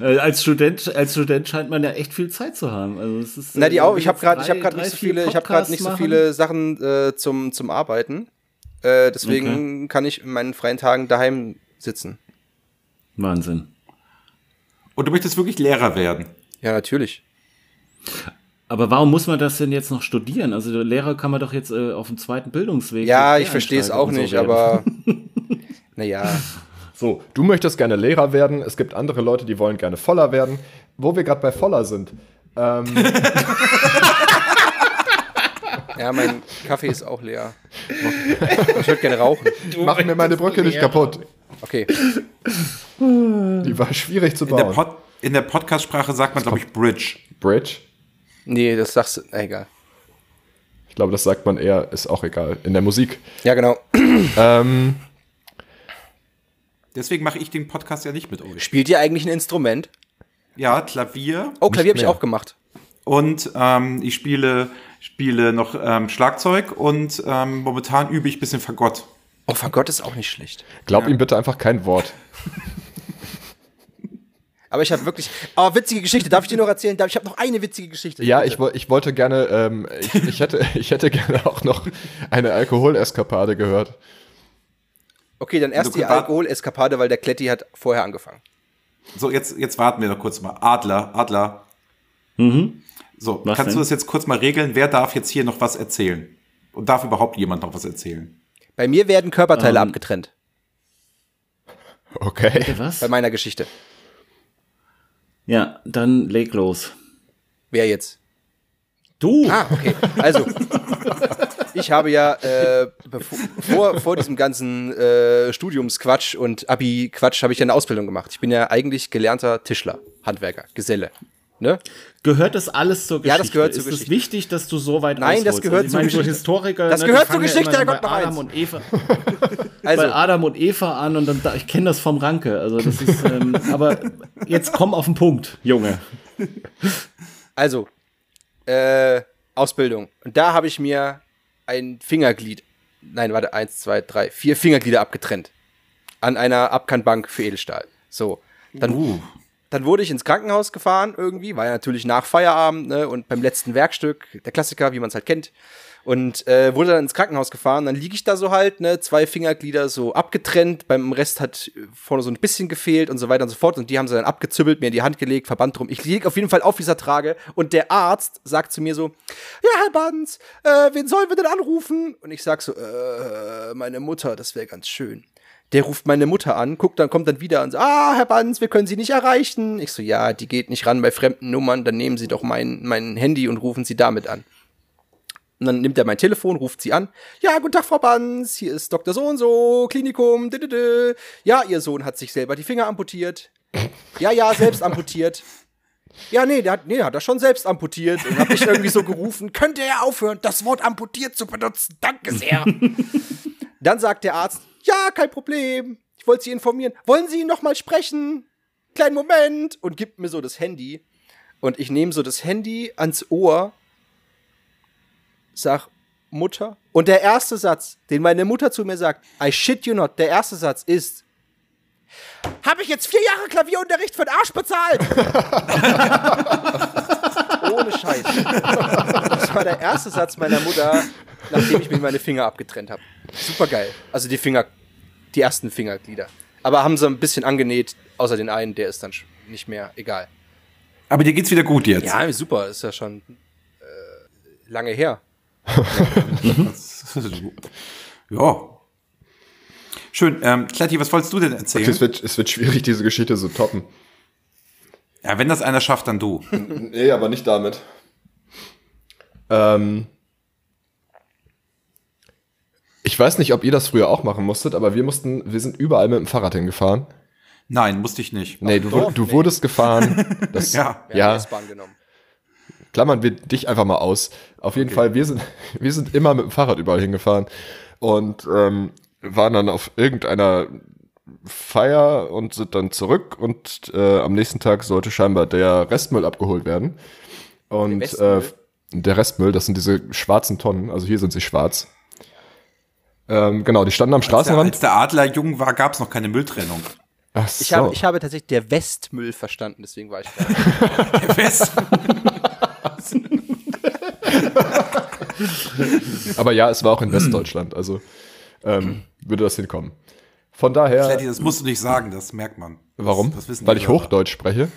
Speaker 5: Äh, Als Student, als Student scheint man ja echt viel Zeit zu haben. Also es ist,
Speaker 2: Na, die
Speaker 5: äh,
Speaker 2: auch. Ich habe
Speaker 5: jetzt
Speaker 2: gerade
Speaker 5: drei-
Speaker 2: hab grad
Speaker 5: drei,
Speaker 2: nicht, so
Speaker 5: vier
Speaker 2: viele- ich hab grad
Speaker 5: Podcasts
Speaker 2: nicht so
Speaker 5: machen.
Speaker 2: viele Sachen äh, zum, zum Arbeiten. Äh, deswegen kann ich in meinen freien Tagen daheim sitzen.
Speaker 5: Wahnsinn.
Speaker 4: und du möchtest wirklich Lehrer werden.
Speaker 2: Ja, natürlich.
Speaker 5: Aber warum muss man das denn jetzt noch studieren? Also der Lehrer kann man doch jetzt äh, auf dem zweiten Bildungsweg.
Speaker 2: Ja,
Speaker 5: so
Speaker 2: ich verstehe es
Speaker 5: Quereinsteiger
Speaker 2: auch
Speaker 5: und so
Speaker 2: nicht,
Speaker 5: werden.
Speaker 2: aber naja.
Speaker 1: So, du möchtest gerne Lehrer werden. Es gibt andere Leute, die wollen gerne voller werden. Wo wir gerade bei voller sind. Ähm,
Speaker 2: Ja, mein Kaffee ist auch leer. Ich würde gerne rauchen.
Speaker 1: mach mir meine Brücke nicht kaputt.
Speaker 2: Okay.
Speaker 1: Die war schwierig zu
Speaker 4: In der,
Speaker 1: bauen.
Speaker 4: Pod, in der Podcast-Sprache sagt man, glaube ich, Bridge.
Speaker 1: Bridge?
Speaker 2: Nee, das sagst du. na, Egal.
Speaker 1: Ich glaube, das sagt man eher, ist auch egal. In der Musik.
Speaker 2: Ja, genau.
Speaker 1: Ähm,
Speaker 4: Deswegen mache ich den Podcast ja nicht mit euch.
Speaker 2: Spielt ihr eigentlich ein Instrument?
Speaker 4: Ja, Klavier
Speaker 2: Oh, Klavier habe ich
Speaker 1: mehr.
Speaker 2: auch gemacht.
Speaker 4: und ähm, ich spiele, spiele noch ähm, Schlagzeug und ähm, momentan übe ich ein bisschen Fagott.
Speaker 2: Oh, von Gott ist auch nicht schlecht.
Speaker 1: glaub ihm bitte einfach kein Wort.
Speaker 2: Aber ich habe wirklich. Oh, witzige Geschichte. Darf ich dir noch erzählen? Darf- Ich habe noch eine witzige Geschichte.
Speaker 1: Ja,
Speaker 2: Bitte.
Speaker 1: ich, woll- ich wollte gerne, ähm, ich, ich, hätte, ich hätte gerne auch noch eine Alkoholeskapade gehört.
Speaker 2: Okay, dann erst
Speaker 4: Du-
Speaker 2: die
Speaker 4: warte.
Speaker 2: Alkoholeskapade, weil der Kletti hat vorher angefangen.
Speaker 4: So, jetzt, jetzt warten wir noch kurz mal. Adler, Adler. So,
Speaker 5: Was
Speaker 4: kannst
Speaker 5: denn?
Speaker 4: du das jetzt kurz mal regeln? Wer darf jetzt hier noch was erzählen? Und darf überhaupt jemand noch was erzählen?
Speaker 2: Bei mir werden Körperteile abgetrennt.
Speaker 1: Okay.
Speaker 5: Was?
Speaker 2: Bei meiner Geschichte.
Speaker 5: Ja, dann leg los.
Speaker 2: Wer jetzt?
Speaker 5: Du!
Speaker 2: Ah, okay. Also, ich habe ja äh, bevo- vor, vor diesem ganzen äh, Studiumsquatsch und Abi-Quatsch habe ich ja eine Ausbildung gemacht. Ich bin ja eigentlich gelernter Tischler, Handwerker, Geselle. Ne?
Speaker 5: Gehört das alles zur Geschichte?
Speaker 2: Ja, das gehört zur
Speaker 5: Ist
Speaker 2: Geschichte.
Speaker 5: es wichtig, dass du so weit
Speaker 2: Nein, das
Speaker 5: ausholst? Also
Speaker 2: gehört
Speaker 5: ich
Speaker 2: zur
Speaker 5: meine, so
Speaker 2: Geschichte.
Speaker 5: Historiker.
Speaker 2: Das
Speaker 5: ne,
Speaker 2: gehört
Speaker 5: die fangen
Speaker 2: zur Geschichte,
Speaker 5: immer so
Speaker 2: Herrgott,
Speaker 5: bei
Speaker 2: noch eins.
Speaker 5: Adam und Eva, bei
Speaker 2: Also,
Speaker 5: Adam und Eva an und dann da, ich kenne das vom Ranke. Also das ist, ähm, aber jetzt komm auf den Punkt, Junge.
Speaker 2: also äh, Ausbildung. Und da habe ich mir ein Fingerglied, nein, warte, eins, zwei, drei, vier Fingerglieder abgetrennt. An einer Abkantbank für Edelstahl. So. Dann
Speaker 4: Uh,
Speaker 2: Dann wurde ich ins Krankenhaus gefahren irgendwie, war ja natürlich nach Feierabend ne, und beim letzten Werkstück, der Klassiker, wie man es halt kennt. Und äh, wurde dann ins Krankenhaus gefahren, dann liege ich da so halt, ne, zwei Fingerglieder so abgetrennt, beim Rest hat äh, vorne so ein bisschen gefehlt und so weiter und so fort. Und die haben sie dann abgezübbelt, mir in die Hand gelegt, Verband drum. Ich liege auf jeden Fall auf dieser Trage und der Arzt sagt zu mir so, ja, Herr Banz, äh, wen sollen wir denn anrufen? Und ich sag so, äh, meine Mutter, das wäre ganz schön. Der ruft meine Mutter an, guckt dann, kommt dann wieder und sagt, ah, Herr Banz, wir können Sie nicht erreichen. Ich so, ja, die geht nicht ran bei fremden Nummern, dann nehmen Sie doch mein, mein Handy und rufen Sie damit an. Und dann nimmt er mein Telefon, ruft sie an. Ja, guten Tag, Frau Banz, hier ist Dr. So und so, Klinikum, didede. Ja, ihr Sohn hat sich selber die Finger amputiert. Ja, ja, selbst amputiert. Ja, nee, der hat, nee, hat er schon selbst amputiert und hab ich irgendwie so gerufen, könnte er aufhören, das Wort amputiert zu benutzen. Danke sehr. Dann sagt der Arzt, ja, kein Problem. Ich wollte Sie informieren. Wollen Sie noch mal sprechen? Kleinen Moment. Und gibt mir so das Handy. Und ich nehme so das Handy ans Ohr, sag Mutter. Und der erste Satz, den meine Mutter zu mir sagt, I shit you not, der erste Satz ist, habe ich jetzt vier Jahre Klavierunterricht für den Arsch bezahlt? Ohne Scheiß. Das war der erste Satz meiner Mutter, nachdem ich mir meine Finger abgetrennt habe. Super geil. Also die Finger, die ersten Fingerglieder. Aber haben sie ein bisschen angenäht, außer den einen, der ist dann sch- nicht mehr egal.
Speaker 4: aber dir geht's wieder gut jetzt.
Speaker 2: Ja, super, ist ja schon äh, lange her.
Speaker 4: ja. Schön. Ähm, Kletti, was wolltest du denn erzählen?
Speaker 1: Es wird, es wird schwierig, diese Geschichte zu toppen.
Speaker 4: Ja, wenn das einer schafft, dann du.
Speaker 1: Nee, aber nicht damit. Ähm. Ich weiß nicht, ob ihr das früher auch machen musstet, aber wir mussten, wir sind überall mit dem Fahrrad hingefahren.
Speaker 4: Nein, musste ich nicht.
Speaker 1: Nee, du,
Speaker 2: doch,
Speaker 1: du
Speaker 2: nee.
Speaker 1: wurdest gefahren. Das,
Speaker 4: Ja.
Speaker 2: Wir haben
Speaker 1: ja,
Speaker 2: S-Bahn genommen.
Speaker 1: klammern wir dich einfach mal aus. Auf jeden Fall, wir sind, wir sind immer mit dem Fahrrad überall hingefahren und ähm, waren dann auf irgendeiner Feier und sind dann zurück und äh, am nächsten Tag sollte scheinbar der Restmüll abgeholt werden. Und äh,
Speaker 2: Restmüll?
Speaker 1: der Restmüll, das sind diese schwarzen Tonnen, also hier sind sie schwarz. Ähm, genau, die standen am
Speaker 4: Als der, als
Speaker 1: Straßenrand.
Speaker 4: der Adler jung war, gab es noch keine Mülltrennung.
Speaker 1: Ach
Speaker 2: Ich,
Speaker 1: so.
Speaker 2: habe, ich habe tatsächlich der Westmüll verstanden, deswegen war ich da.
Speaker 4: West.
Speaker 1: Aber ja, es war auch in Westdeutschland, also ähm, würde das hinkommen. Von daher,
Speaker 4: Kletti, das musst du nicht sagen, das merkt man. Das,
Speaker 1: warum?
Speaker 4: Das wissen die
Speaker 1: Weil ich
Speaker 4: Hörer.
Speaker 1: Hochdeutsch spreche.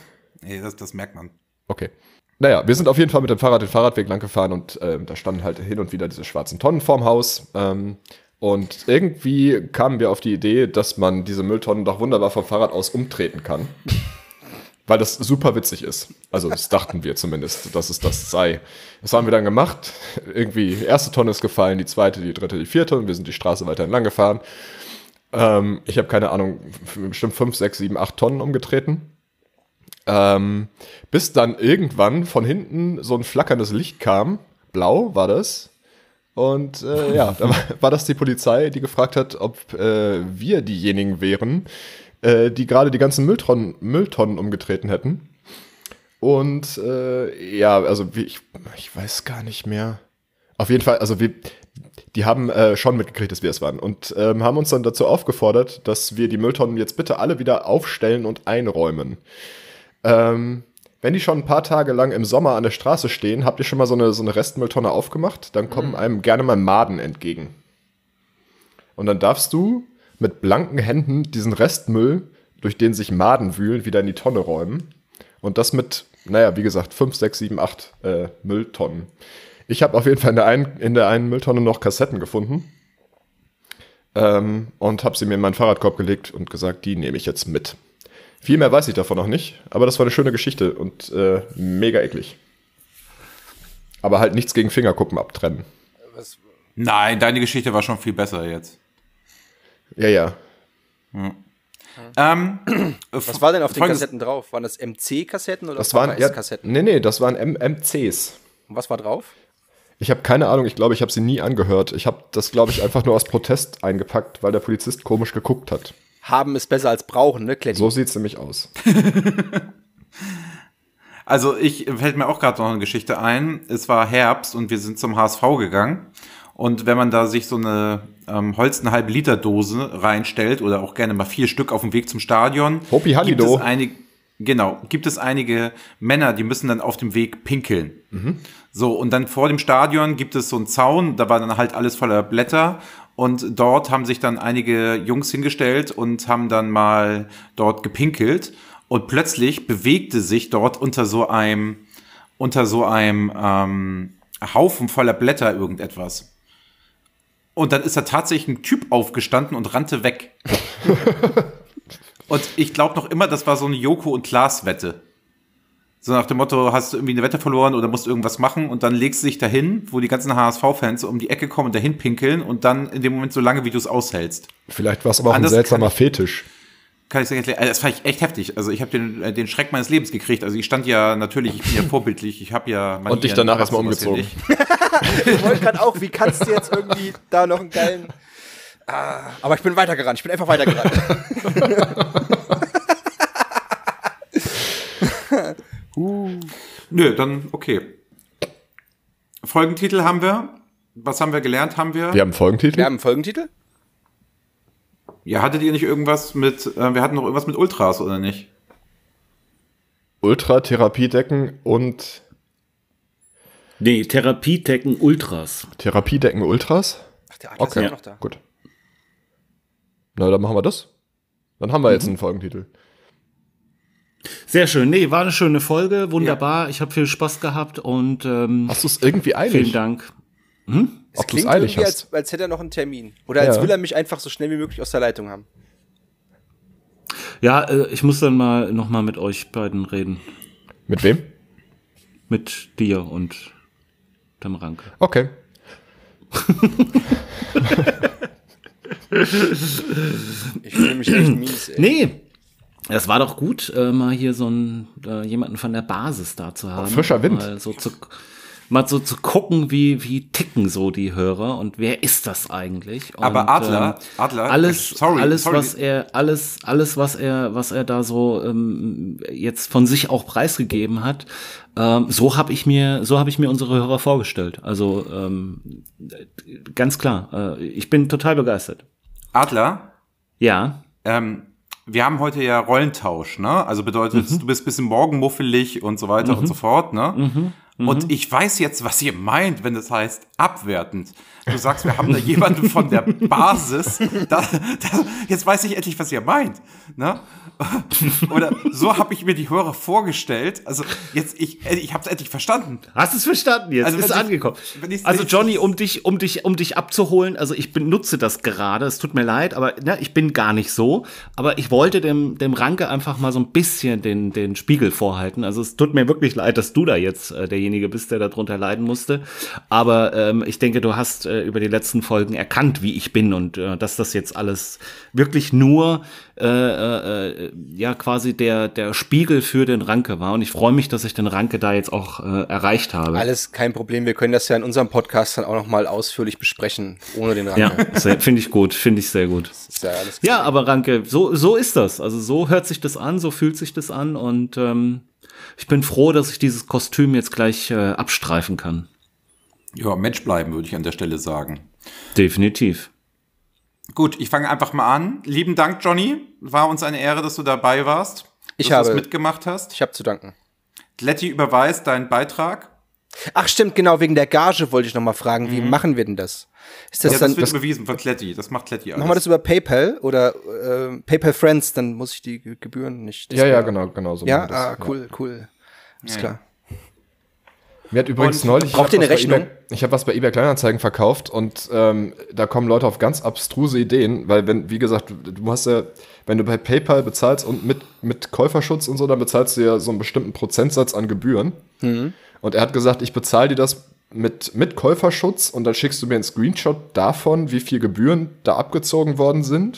Speaker 4: Nee, das, das merkt man.
Speaker 1: Okay. Naja, wir sind auf jeden Fall mit dem Fahrrad den Fahrradweg lang gefahren und ähm, da standen halt hin und wieder diese schwarzen Tonnen vorm Haus. Ähm, und irgendwie kamen wir auf die Idee, dass man diese Mülltonnen doch wunderbar vom Fahrrad aus umtreten kann. Weil das super witzig ist. Also das dachten wir zumindest, dass es das sei. Das haben wir dann gemacht. Irgendwie, die erste Tonne ist gefallen, die zweite, die dritte, die vierte und wir sind die Straße weiter entlang gefahren. Ähm, ich habe keine Ahnung, f- bestimmt fünf, sechs, sieben, acht Tonnen umgetreten. Ähm, bis dann irgendwann von hinten so ein flackerndes Licht kam. Blau war das. Und äh, ja, da war, war das die Polizei, die gefragt hat, ob äh, wir diejenigen wären, äh, die gerade die ganzen Mülltonnen, Mülltonnen umgetreten hätten. Und äh, ja, also wir- ich, ich weiß gar nicht mehr. Auf jeden Fall, also wir, die haben äh, schon mitgekriegt, dass wir es waren und ähm, haben uns dann dazu aufgefordert, dass wir die Mülltonnen jetzt bitte alle wieder aufstellen und einräumen. Ähm, wenn die schon ein paar Tage lang im Sommer an der Straße stehen, habt ihr schon mal so eine, so eine Restmülltonne aufgemacht, dann kommen einem gerne mal Maden entgegen. Und dann darfst du mit blanken Händen diesen Restmüll, durch den sich Maden wühlen, wieder in die Tonne räumen. Und das mit, naja, wie gesagt, 5, 6, 7, 8 äh, Mülltonnen. Ich habe auf jeden Fall in der, einen, in der einen Mülltonne noch Kassetten gefunden ähm, und habe sie mir in meinen Fahrradkorb gelegt und gesagt, die nehme ich jetzt mit. Viel mehr weiß ich davon noch nicht, aber das war eine schöne Geschichte und äh, mega eklig. Aber halt nichts gegen Fingerkuppen abtrennen.
Speaker 4: Nein, deine Geschichte war schon viel besser jetzt.
Speaker 1: Ja, ja.
Speaker 4: Ähm,
Speaker 2: Was war denn auf den
Speaker 4: Folgendes-
Speaker 2: Kassetten drauf? Waren das MC-Kassetten oder
Speaker 1: Das waren ja,
Speaker 2: VHS-Kassetten?
Speaker 1: nee, nee, das waren M MCs.
Speaker 2: Und was war drauf?
Speaker 1: Ich habe keine Ahnung, ich glaube, ich habe sie nie angehört. Ich habe das, glaube ich, einfach nur aus Protest eingepackt, weil der Polizist komisch geguckt hat.
Speaker 2: Haben ist besser als brauchen, ne, Kletti?
Speaker 1: So sieht's nämlich aus.
Speaker 4: Also ich fällt mir auch gerade noch eine Geschichte ein. Es war Herbst und wir sind zum HSV gegangen. Und wenn man da sich so eine ähm, Holz eine halbe Liter Dose reinstellt oder auch gerne mal vier Stück auf dem Weg zum Stadion,
Speaker 1: Hopi
Speaker 4: gibt
Speaker 1: Hallido.
Speaker 4: es einige, genau, gibt es einige Männer, die müssen dann auf dem Weg pinkeln. So, und dann vor dem Stadion gibt es so einen Zaun, da war dann halt alles voller Blätter. Und dort haben sich dann einige Jungs hingestellt und haben dann mal dort gepinkelt. Und plötzlich bewegte sich dort unter so einem, unter so einem ähm, Haufen voller Blätter irgendetwas. Und dann ist da tatsächlich ein Typ aufgestanden und rannte weg. und ich glaube noch immer, das war so eine Joko- und Klaas-Wette. So nach dem Motto, hast du irgendwie eine Wette verloren oder musst irgendwas machen und dann legst du dich dahin, wo die ganzen HSV-Fans um die Ecke kommen und dahin pinkeln und dann in dem Moment so lange, wie du es aushältst.
Speaker 1: Vielleicht war es aber auch ein
Speaker 4: Anders
Speaker 1: seltsamer Fetisch.
Speaker 4: Kann ich sagen, das fand ich echt heftig. Also ich habe den, äh, den Schreck meines Lebens gekriegt. Also ich stand ja natürlich, ich bin ja vorbildlich, ich habe ja Manieren,
Speaker 1: Und dich danach
Speaker 4: hab
Speaker 1: erstmal
Speaker 4: sowas ja
Speaker 1: umgezogen.
Speaker 4: nicht.
Speaker 2: Ich wollte gerade auch, wie kannst du jetzt irgendwie da noch einen geilen. Ah, aber ich bin weitergerannt, ich bin einfach weitergerannt.
Speaker 4: Nö, dann okay. Folgentitel haben wir. Was haben wir gelernt? Haben wir.
Speaker 1: Wir haben einen Folgentitel.
Speaker 2: Wir haben einen Folgentitel?
Speaker 4: Ja, hattet ihr nicht irgendwas mit. Äh, wir hatten noch irgendwas mit Ultras, oder nicht?
Speaker 1: Ultratherapiedecken und
Speaker 5: Nee, Therapiedecken Ultras.
Speaker 1: Therapiedecken Ultras.
Speaker 2: Ach, der Atlas
Speaker 1: Okay,
Speaker 2: ist ja noch da.
Speaker 1: gut. Na, dann machen wir das. Dann haben wir
Speaker 2: Mhm.
Speaker 1: jetzt einen Folgentitel.
Speaker 5: Sehr schön. Nee, war eine schöne Folge. Wunderbar. Ich habe viel Spaß gehabt und ähm,
Speaker 1: Hast du es irgendwie eilig?
Speaker 5: vielen Dank.
Speaker 1: Ob du es
Speaker 2: Klingt
Speaker 1: eilig
Speaker 2: irgendwie,
Speaker 1: hast.
Speaker 2: als, als hätte er noch einen Termin. Oder als
Speaker 1: Ja.
Speaker 2: will er mich einfach so schnell wie möglich aus der Leitung haben.
Speaker 5: Ja, äh, ich muss dann mal nochmal mit euch beiden reden.
Speaker 1: Mit wem?
Speaker 5: mit dir und dem Ranke.
Speaker 1: Okay.
Speaker 2: Ich fühle mich echt mies, ey.
Speaker 5: Nee, Äh, das war doch gut, äh, mal hier so einen, äh, jemanden von der Basis da zu haben.
Speaker 1: frischer Wind.
Speaker 5: Mal so zu, mal so zu gucken, wie, wie ticken so die Hörer und wer ist das eigentlich? Und, ähm,
Speaker 4: Aber Adler- Adler-
Speaker 5: alles,
Speaker 4: sorry,
Speaker 5: alles,
Speaker 4: sorry.
Speaker 5: was er, alles, alles, was er, was er da so ähm, jetzt von sich auch preisgegeben hat, ähm, so habe ich mir, so habe ich mir unsere Hörer vorgestellt. Also ähm, ganz klar, äh, ich bin total begeistert.
Speaker 4: Adler,
Speaker 5: Ja.
Speaker 4: ähm, wir haben heute ja Rollentausch, ne? Also bedeutet, du bist ein bisschen morgenmuffelig und so weiter und so fort, ne? Und ich weiß jetzt, was ihr meint, wenn das heißt abwertend. Du sagst, wir haben da jemanden von der Basis. Da, da, jetzt weiß ich endlich, was ihr meint. Ne? Oder so habe ich mir die Hörer vorgestellt. Also jetzt, ich, ich habe es endlich verstanden.
Speaker 5: Hast es verstanden jetzt?
Speaker 4: Also,
Speaker 5: ist
Speaker 4: wenn ich-
Speaker 5: angekommen.
Speaker 4: wenn ich's-
Speaker 5: also Johnny, um dich, um dich, um dich abzuholen. Also ich benutze das gerade. Es tut mir leid, aber ne, ich bin gar nicht so. Aber ich wollte dem dem Ranke einfach mal so ein bisschen den den Spiegel vorhalten. Also es tut mir wirklich leid, dass du da jetzt äh, derjenige bist, der darunter leiden musste. Aber ähm, ich denke, du hast äh, über die letzten Folgen erkannt, wie ich bin und äh, dass das jetzt alles wirklich nur äh, äh, äh, ja quasi der der Spiegel für den Ranke war. Und ich freue mich, dass ich den Ranke da jetzt auch äh, erreicht habe.
Speaker 2: Alles kein Problem. Wir können das ja in unserem Podcast dann auch nochmal ausführlich besprechen, ohne den Ranke.
Speaker 5: Ja, sehr- finde ich gut, finde ich sehr gut.
Speaker 2: Das Ist ja, alles
Speaker 5: Ja, aber Ranke, so, so ist das. Also so hört sich das an, so fühlt sich das an und ähm, ich bin froh, dass ich dieses Kostüm jetzt gleich äh, abstreifen kann.
Speaker 4: Ja, Mensch bleiben, würde ich an der Stelle sagen.
Speaker 5: Definitiv.
Speaker 4: Gut, ich fange einfach mal an. Lieben Dank, Johnny. War uns eine Ehre, dass du dabei warst.
Speaker 2: Ich
Speaker 4: dass du
Speaker 2: habe-
Speaker 4: das mitgemacht hast.
Speaker 2: Ich habe zu danken.
Speaker 4: Letty überweist deinen Beitrag.
Speaker 2: Ach stimmt, genau, wegen der Gage wollte ich nochmal fragen, wie machen wir denn das? Ist das
Speaker 4: Ja,
Speaker 2: dann,
Speaker 4: das wird überwiesen von Letty. Das macht Letty alles.
Speaker 2: machen wir das über PayPal oder äh, PayPal Friends, dann muss ich die Ge- Gebühren nicht.
Speaker 1: Ja, ja, genau, genau so.
Speaker 2: Ja,
Speaker 1: machen wir das.
Speaker 2: ah, cool, cool. Ist klar.
Speaker 1: Mir hat übrigens
Speaker 4: Und
Speaker 1: neulich.
Speaker 2: braucht
Speaker 1: ich
Speaker 2: ihr
Speaker 1: hab
Speaker 2: eine
Speaker 1: was bei
Speaker 2: Rechnung?
Speaker 1: eBay, ich habe was bei eBay Kleinanzeigen verkauft und ähm, da kommen Leute auf ganz abstruse Ideen, weil, wenn, wie gesagt, du, du hast ja, wenn du bei PayPal bezahlst und mit, mit Käuferschutz und so, dann bezahlst du ja so einen bestimmten Prozentsatz an Gebühren.
Speaker 2: Mhm.
Speaker 1: Und er hat gesagt, ich bezahle dir das mit, mit Käuferschutz und dann schickst du mir einen Screenshot davon, wie viel Gebühren da abgezogen worden sind.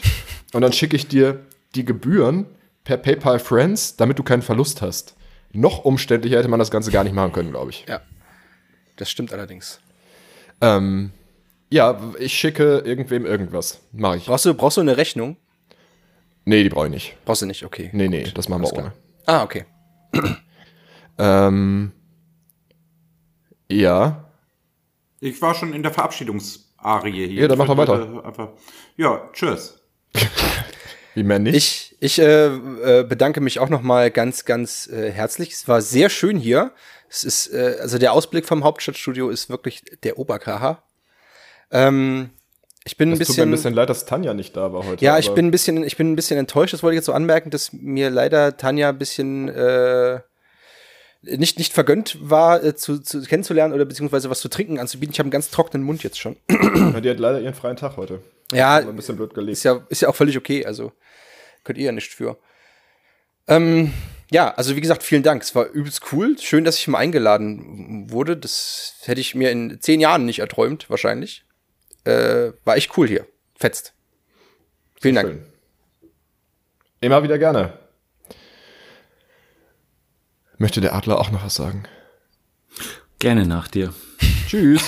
Speaker 1: Und dann schicke ich dir die Gebühren per PayPal Friends, damit du keinen Verlust hast. Noch umständlicher hätte man das Ganze gar nicht machen können, glaube ich.
Speaker 2: Ja. Das stimmt allerdings.
Speaker 1: Ähm, ja, ich schicke irgendwem irgendwas. Mache ich.
Speaker 2: Brauchst du, brauchst du eine Rechnung?
Speaker 1: Nee, die brauche ich nicht.
Speaker 2: Brauchst du nicht, okay.
Speaker 1: Nee, nee, das machen wir ohne.
Speaker 2: Ah, okay.
Speaker 1: Ähm, ja,
Speaker 4: Ich war schon in der Verabschiedungsarie hier.
Speaker 1: Ja, dann
Speaker 4: Ich
Speaker 1: mach doch
Speaker 4: würde, äh, Einfach, ja, tschüss.
Speaker 1: wie man nicht.
Speaker 2: Ich, ich äh, äh, bedanke mich auch nochmal ganz, ganz äh, herzlich. Es war sehr schön hier. Es ist, äh, also der Ausblick vom Hauptstadtstudio ist wirklich der Oberkracher. Ähm, ich bin ein
Speaker 1: es tut mir
Speaker 2: bisschen,
Speaker 1: ein bisschen leid, dass Tanja nicht da war heute.
Speaker 2: Ja, ich
Speaker 1: aber
Speaker 2: bin ein bisschen, ich bin ein bisschen enttäuscht. Das wollte ich jetzt so anmerken, dass mir leider Tanja ein bisschen äh, nicht, nicht vergönnt war, äh, zu, zu kennenzulernen oder beziehungsweise was zu trinken anzubieten. Ich habe einen ganz trockenen Mund jetzt schon.
Speaker 1: Die hat leider ihren freien Tag heute.
Speaker 2: Ja,
Speaker 1: Ein bisschen blöd gelegt.
Speaker 2: ist ja, ist ja auch völlig okay. Also könnt ihr ja nicht für. Ähm, ja, also wie gesagt, vielen Dank. Es war übelst cool. Schön, dass ich mal eingeladen wurde. Das hätte ich mir in zehn Jahren nicht erträumt, wahrscheinlich. Äh, war echt cool hier. Fetzt. Vielen Dank.
Speaker 1: Schön. Immer wieder gerne. Möchte der Adler auch noch was sagen?
Speaker 5: Gerne nach dir.
Speaker 1: Tschüss.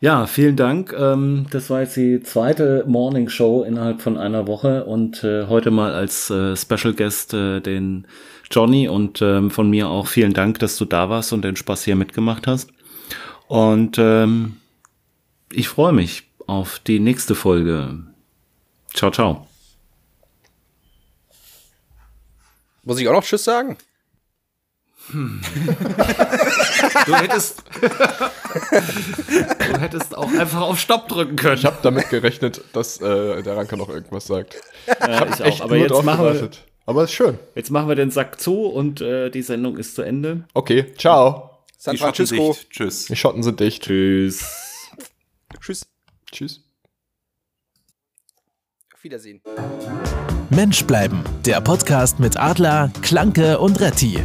Speaker 5: Ja, vielen Dank. Ähm, das war jetzt die zweite Morning Show innerhalb von einer Woche und äh, heute mal als äh, Special Guest äh, den Johnny und ähm, von mir auch vielen Dank, dass du da warst und den Spaß hier mitgemacht hast. Und ähm, ich freue mich auf die nächste Folge. Ciao, ciao.
Speaker 2: Muss ich auch noch Tschüss sagen?
Speaker 5: Du hättest, du hättest auch einfach auf Stopp drücken können.
Speaker 1: Ich habe damit gerechnet, dass äh, der Ranker noch irgendwas sagt.
Speaker 5: Ja, ich auch. Aber jetzt
Speaker 1: drauf
Speaker 5: machen, wir,
Speaker 1: gewartet. Aber ist schön.
Speaker 5: jetzt machen wir den Sack zu und äh, die Sendung ist zu Ende.
Speaker 1: Okay, ciao.
Speaker 2: San
Speaker 4: Die Schotten
Speaker 2: Francisco.
Speaker 4: dicht. Tschüss.
Speaker 1: Die Schotten sind dicht.
Speaker 5: Tschüss.
Speaker 2: Tschüss.
Speaker 1: Tschüss.
Speaker 2: Auf Wiedersehen.
Speaker 3: Mensch bleiben. Der Podcast mit Adler, Klanke und Retti.